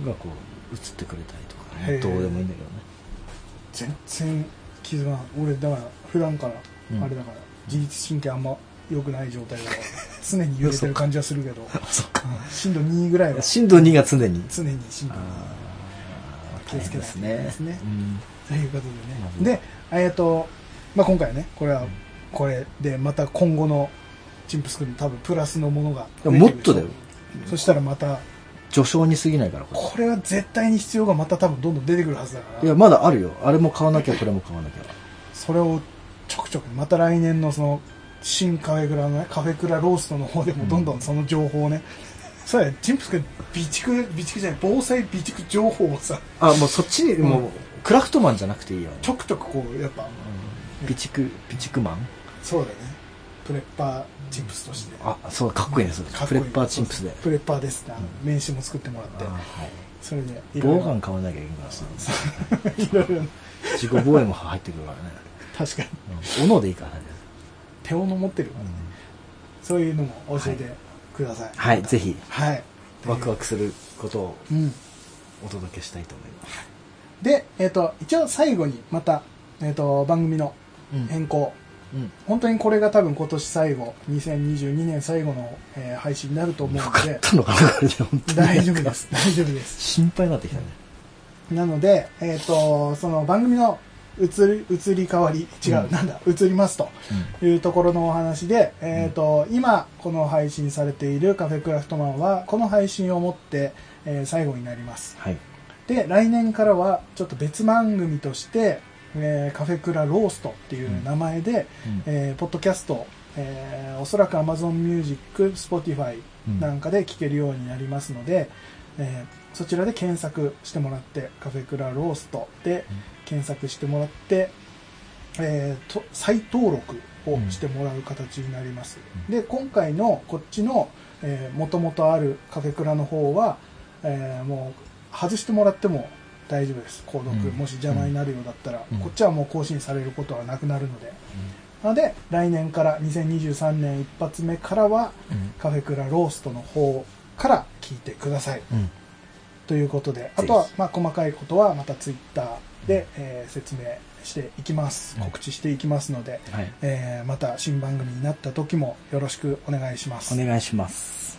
[SPEAKER 2] うん。
[SPEAKER 1] がこう映ってくれたりとか
[SPEAKER 2] へ
[SPEAKER 1] ね
[SPEAKER 2] ー
[SPEAKER 1] どうでもいいんだけどね
[SPEAKER 2] 全然気づかない。俺、だから、普段から
[SPEAKER 1] う、ん
[SPEAKER 2] あれだから、自律神経あんま良くない状態だから、常に揺れてる感じはする
[SPEAKER 1] [LAUGHS]
[SPEAKER 2] けど、
[SPEAKER 1] そっか
[SPEAKER 2] うん震度2ぐらいは
[SPEAKER 1] 震度2が常に
[SPEAKER 2] 常に震度2。気をつけないといけないですね
[SPEAKER 1] うん
[SPEAKER 2] ということ
[SPEAKER 1] なるほ
[SPEAKER 2] で
[SPEAKER 1] ど
[SPEAKER 2] ね。で、えっと、まあ、今回はね、これは、これで、また今後のチンプスクールに多分プラスのものが
[SPEAKER 1] いやもっとだよ。
[SPEAKER 2] そしたらまた、
[SPEAKER 1] 序章に過ぎないからこれ
[SPEAKER 2] これは絶対に必要がまた多分どんどん出てくるはずだから、
[SPEAKER 1] いやまだあるよあれも買わなきゃこれも買わなきゃ
[SPEAKER 2] それをちょくちょく、また来年のその、新カフェクラのね、カフェクラローストの方でもどんどんその情報をね、そうや、チンプスクール備蓄、備蓄じゃない、防災備蓄情報をさ、
[SPEAKER 1] あもうそっちに、
[SPEAKER 2] ん
[SPEAKER 1] もうクラフトマンじゃなくていいよ、
[SPEAKER 2] ちょくちょくこう、やっぱ、
[SPEAKER 1] 備蓄備蓄マン
[SPEAKER 2] そうだよね、プレッパーチンプスとして。
[SPEAKER 1] あそうかっこいいねそれ
[SPEAKER 2] かっこ
[SPEAKER 1] プ
[SPEAKER 2] い
[SPEAKER 1] レ
[SPEAKER 2] い
[SPEAKER 1] ッパーチンプスで
[SPEAKER 2] プレッパーですって、あの名刺も作ってもらって
[SPEAKER 1] あはい
[SPEAKER 2] それでいろい
[SPEAKER 1] 防
[SPEAKER 2] ろ
[SPEAKER 1] ガン買わなきゃいけないからさ
[SPEAKER 2] い [LAUGHS] ろいろ
[SPEAKER 1] 自己防衛も入ってくるからね
[SPEAKER 2] 確かに
[SPEAKER 1] うん斧でいいからね
[SPEAKER 2] 手を持ってるからね、そういうのも教えてください
[SPEAKER 1] はいぜひ
[SPEAKER 2] はい、
[SPEAKER 1] ワクワクすることを
[SPEAKER 2] うん、
[SPEAKER 1] お届けしたいと思います
[SPEAKER 2] で、えっと一応最後にまた、えっと番組の変更、
[SPEAKER 1] うん
[SPEAKER 2] 本当にこれが多分今年最後2022年最後の、えー配信になると思う
[SPEAKER 1] よ
[SPEAKER 2] の
[SPEAKER 1] かっ
[SPEAKER 2] で
[SPEAKER 1] たのかなこれで本当に
[SPEAKER 2] 大丈夫です大丈夫です
[SPEAKER 1] 心配になってきたね
[SPEAKER 2] なので、えっとその番組の移り移り変わり違う、
[SPEAKER 1] うん
[SPEAKER 2] なんだ移りますというところのお話で、えーと今この配信されているカフェクラフトマンはこの配信をもって、えー最後になります
[SPEAKER 1] はい
[SPEAKER 2] で来年からはちょっと別番組として、えーカフェクラローストっていう名前で、
[SPEAKER 1] うん
[SPEAKER 2] えーポッドキャストを、えーおそらく AmazonMusic、Spotify
[SPEAKER 1] うん
[SPEAKER 2] なんかで聴けるようになりますので、えーそちらで検索してもらってカフェクラローストで検索してもらって、えーと再登録をしてもらう形になります、
[SPEAKER 1] う
[SPEAKER 2] で今回のこっちのもともとあるカフェクラの方は、えーもう外してもらっても大丈夫です購読、
[SPEAKER 1] うん
[SPEAKER 2] もし邪魔になるようだったら、
[SPEAKER 1] うん
[SPEAKER 2] こっちはもう更新されることはなくなるので、なので来年から2023年一発目からはカフェクラローストの方から聞いてください
[SPEAKER 1] うん
[SPEAKER 2] ということであ
[SPEAKER 1] ひ
[SPEAKER 2] とは、まあ、細かいことはまたツイッターで、えー説明していきます
[SPEAKER 1] うん
[SPEAKER 2] 告知していきますので、
[SPEAKER 1] はい
[SPEAKER 2] えーまた新番組になった時もよろしくお願いします
[SPEAKER 1] お願いします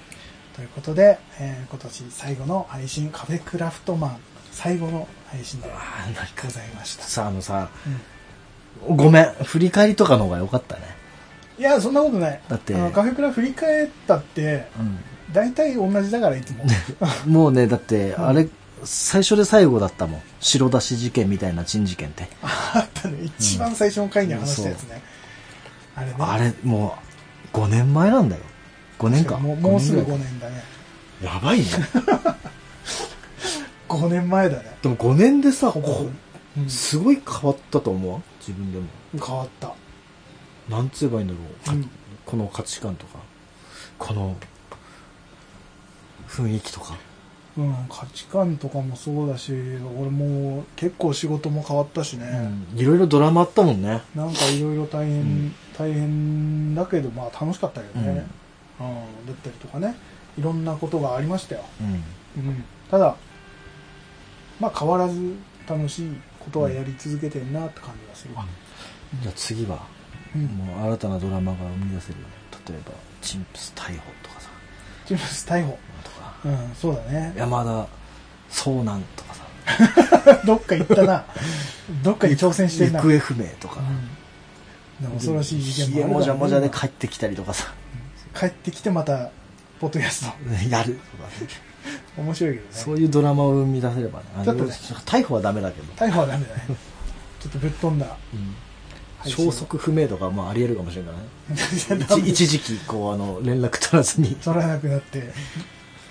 [SPEAKER 2] ということで、えー今年最後の配信カフェクラフトマン最後の配信で
[SPEAKER 1] あーなんか
[SPEAKER 2] ございました、
[SPEAKER 1] さああのさ
[SPEAKER 2] うん
[SPEAKER 1] ごめん振り返りとかの方が良かったね
[SPEAKER 2] いやそんなことない
[SPEAKER 1] だって
[SPEAKER 2] あのカフェクラ振り返ったって大体同じだから
[SPEAKER 1] [LAUGHS]
[SPEAKER 2] いつも
[SPEAKER 1] もうねだって
[SPEAKER 2] ん
[SPEAKER 1] あれ最初で最後だったもん白出し事件みたいな珍事件って
[SPEAKER 2] あったね一番最初の回に話したやつね、あれね
[SPEAKER 1] あれもう5年前なんだよ5年か
[SPEAKER 2] もうもうすぐ
[SPEAKER 1] 五
[SPEAKER 2] 5
[SPEAKER 1] 年
[SPEAKER 2] 年だね
[SPEAKER 1] ぐらいや
[SPEAKER 2] [LAUGHS]
[SPEAKER 1] ばいね
[SPEAKER 2] 5年前だね
[SPEAKER 1] でも5年でさこ
[SPEAKER 2] うん
[SPEAKER 1] うすごい変わったと思う自分でも
[SPEAKER 2] 変わった
[SPEAKER 1] なんつ言えばいいんだろう、
[SPEAKER 2] うん
[SPEAKER 1] この価値観とかこの雰囲気とか
[SPEAKER 2] うん価値観とかもそうだし俺もう結構仕事も変わったしね、
[SPEAKER 1] いろいろドラマあったもんね
[SPEAKER 2] なんかいろいろ大変、
[SPEAKER 1] うん
[SPEAKER 2] 大変だけどまあ楽しかったけどね、うんだったりとかねいろんなことがありましたよ、
[SPEAKER 1] うん
[SPEAKER 2] うん、ただまあ変わらず楽しいことはやり続けてんなって感じがするわ、
[SPEAKER 1] じゃあ次は
[SPEAKER 2] うん
[SPEAKER 1] もう新たなドラマが生み出せるよね例えばチンプス逮捕とかさ
[SPEAKER 2] 人物逮捕
[SPEAKER 1] とか
[SPEAKER 2] うんそうだね
[SPEAKER 1] 山田遭難とかさ
[SPEAKER 2] [LAUGHS] どっか行ったなどっかに挑戦してん
[SPEAKER 1] 行
[SPEAKER 2] な、
[SPEAKER 1] 方不明とか、
[SPEAKER 2] うん、なんか恐ろしい事件
[SPEAKER 1] もも
[SPEAKER 2] もある
[SPEAKER 1] じ
[SPEAKER 2] か
[SPEAKER 1] ゃ
[SPEAKER 2] らね
[SPEAKER 1] もじゃで帰ってきたりとかさ [LAUGHS]
[SPEAKER 2] 帰ってきてまたポッドキャスト
[SPEAKER 1] やるとかね
[SPEAKER 2] 面白いけどね。
[SPEAKER 1] そういうドラマを生み出せればね。あの
[SPEAKER 2] ちょっとね
[SPEAKER 1] 逮捕はダメだけど。
[SPEAKER 2] 逮捕はダメ
[SPEAKER 1] [LAUGHS]
[SPEAKER 2] だね。ちょっとぶっ飛んだ。配信
[SPEAKER 1] 消息不明とか、まあ、あり得るかもし [LAUGHS] れないね。
[SPEAKER 2] [LAUGHS] ダメ
[SPEAKER 1] 一一時期、こう、あの、連絡取らず [LAUGHS] に。
[SPEAKER 2] 取らなくなって。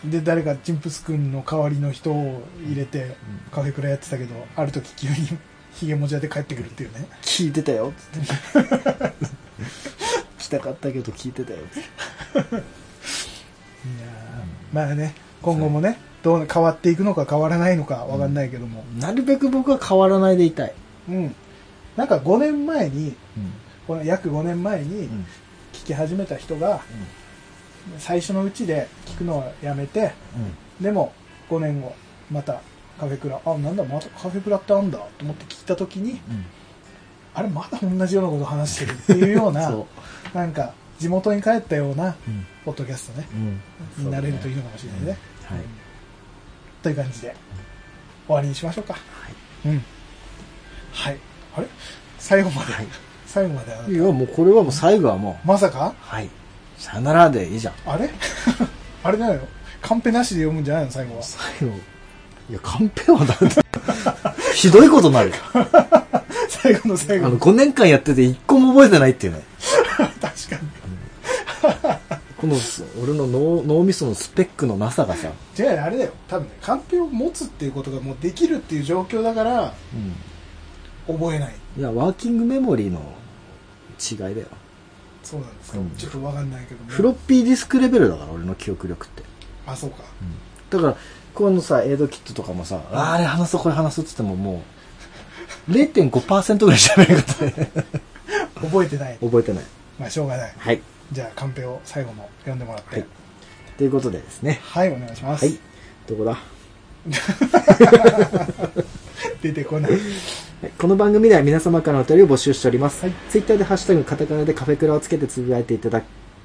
[SPEAKER 2] で、誰かチンプス君の代わりの人を入れて、カフェクラやってたけど、ある時急に [LAUGHS] ヒゲもじゃで帰ってくるっていうね。
[SPEAKER 1] 聞いてたよ、つって。 [LAUGHS] 来たかったけど聞いてたよ、つって
[SPEAKER 2] いやーまあね、今後もね、どう変わっていくのか変わらないのかわかんないけども。
[SPEAKER 1] なるべく僕は変わらないでいたい。
[SPEAKER 2] うん。なんか5年前に、
[SPEAKER 1] うん。
[SPEAKER 2] この約5年前に
[SPEAKER 1] うん。
[SPEAKER 2] 聞き始めた人が、最初のうちで聞くのはやめて、でも5年後またカフェクラあなんだまたカフェクラってあんだと思って聞いた時に
[SPEAKER 1] うん。
[SPEAKER 2] あれまだ同じようなこと話してるっていうような
[SPEAKER 1] そ
[SPEAKER 2] なんか地元に帰ったような
[SPEAKER 1] う。うん。
[SPEAKER 2] ポッドキャストね
[SPEAKER 1] うん。
[SPEAKER 2] になれるといいのかもしれないね
[SPEAKER 1] そうだね。はい。
[SPEAKER 2] という感じで終わりにしましょうかうんはいあれ最後まで、
[SPEAKER 1] はい
[SPEAKER 2] 最後まであの
[SPEAKER 1] いや、もうこれはもう最後はもう、
[SPEAKER 2] まさか
[SPEAKER 1] はい。さよならでいいじゃん。
[SPEAKER 2] あれ [LAUGHS] あれなのよカンペなしで読むんじゃないの最後は
[SPEAKER 1] 最後。いや、カンペはだって、 [LAUGHS] ひどいことになるよ。
[SPEAKER 2] 最後の最後
[SPEAKER 1] あの、
[SPEAKER 2] の
[SPEAKER 1] 5年間やってて1個も覚えてないっていうね。
[SPEAKER 2] [LAUGHS] 確かに
[SPEAKER 1] この、俺の脳脳みそのスペックのなさがさ、
[SPEAKER 2] 違うあれだよ多分ねカンペを持つっていうことがもうできるっていう状況だから
[SPEAKER 1] うん。
[SPEAKER 2] 覚えない
[SPEAKER 1] いや、ワーキングメモリーの違いだよ。
[SPEAKER 2] そうなんですか、
[SPEAKER 1] うん
[SPEAKER 2] ちょっとわかんないけども
[SPEAKER 1] フロッピーディスクレベルだから、俺の記憶力って。
[SPEAKER 2] あそうか
[SPEAKER 1] だから、このさ、エイドキットとかもさ、あーあれ話そう、これ話そうって言ってもも [LAUGHS] う、0.5%ぐらい喋れなかったね
[SPEAKER 2] 覚えてない
[SPEAKER 1] 覚えてない。
[SPEAKER 2] まあしょうがない
[SPEAKER 1] はい。
[SPEAKER 2] じゃあカンペを最後も読んでもらって
[SPEAKER 1] はい。ということでですね。
[SPEAKER 2] はい、お願いします、
[SPEAKER 1] はい。どこだ
[SPEAKER 2] [LAUGHS] 出てこない
[SPEAKER 1] はいこの番組では皆様からのお便りを募集しております。
[SPEAKER 2] はい
[SPEAKER 1] ツイッターでハッシュタグカタカナでカフェクラをつけてつぶやいていただ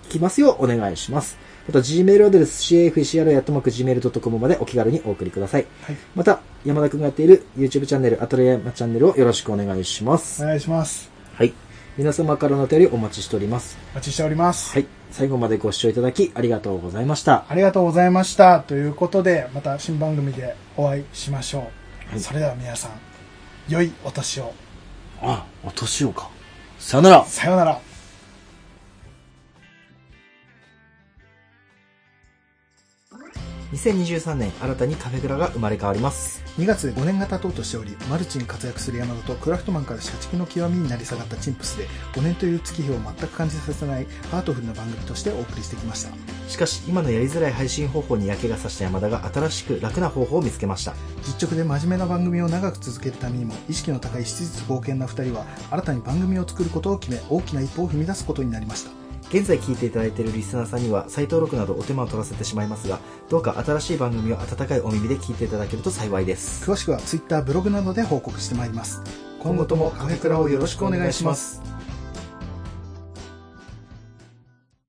[SPEAKER 1] きますようお願いします。また Gmail アドレス cfcr.gmail.com までお気軽にお送りください。
[SPEAKER 2] はい
[SPEAKER 1] また、山田くんがやっている YouTube チャンネル、アトレヤマチャンネルをよろしくお願いします。
[SPEAKER 2] お願いします
[SPEAKER 1] はい。皆様からのお便りお待ちしております。
[SPEAKER 2] お待ちしております、
[SPEAKER 1] はい。最後までご視聴いただきありがとうございました。
[SPEAKER 2] ありがとうございましたということでまた新番組でお会いしましょう、
[SPEAKER 1] はい
[SPEAKER 2] それでは皆さん良いお年を
[SPEAKER 1] あ、お年をか。さよなら。
[SPEAKER 2] さようなら
[SPEAKER 1] 2023年、新たにカフェクラが生まれ変わります。
[SPEAKER 2] 2月で5年が経とうとしておりマルチに活躍する山田とクラフトマンから社畜の極みになり下がったチンプスで5年という月日を全く感じさせないハートフルな番組としてお送りしてきました
[SPEAKER 1] しかし今のやりづらい配信方法に嫌気がさした山田が新しく楽な方法を見つけました
[SPEAKER 2] 実直で真面目な番組を長く続けるためにも意識の高い質実剛健な2人は新たに番組を作ることを決め大きな一歩を踏み出すことになりました
[SPEAKER 1] 現在聞いていただいているリスナーさんには再登録などお手間を取らせてしまいますがどうか新しい番組を温かいお耳で聞いていただけると幸いです
[SPEAKER 2] 詳しくは Twitter ブログなどで報告してまいります今後ともカフェクラをよろしくお願いします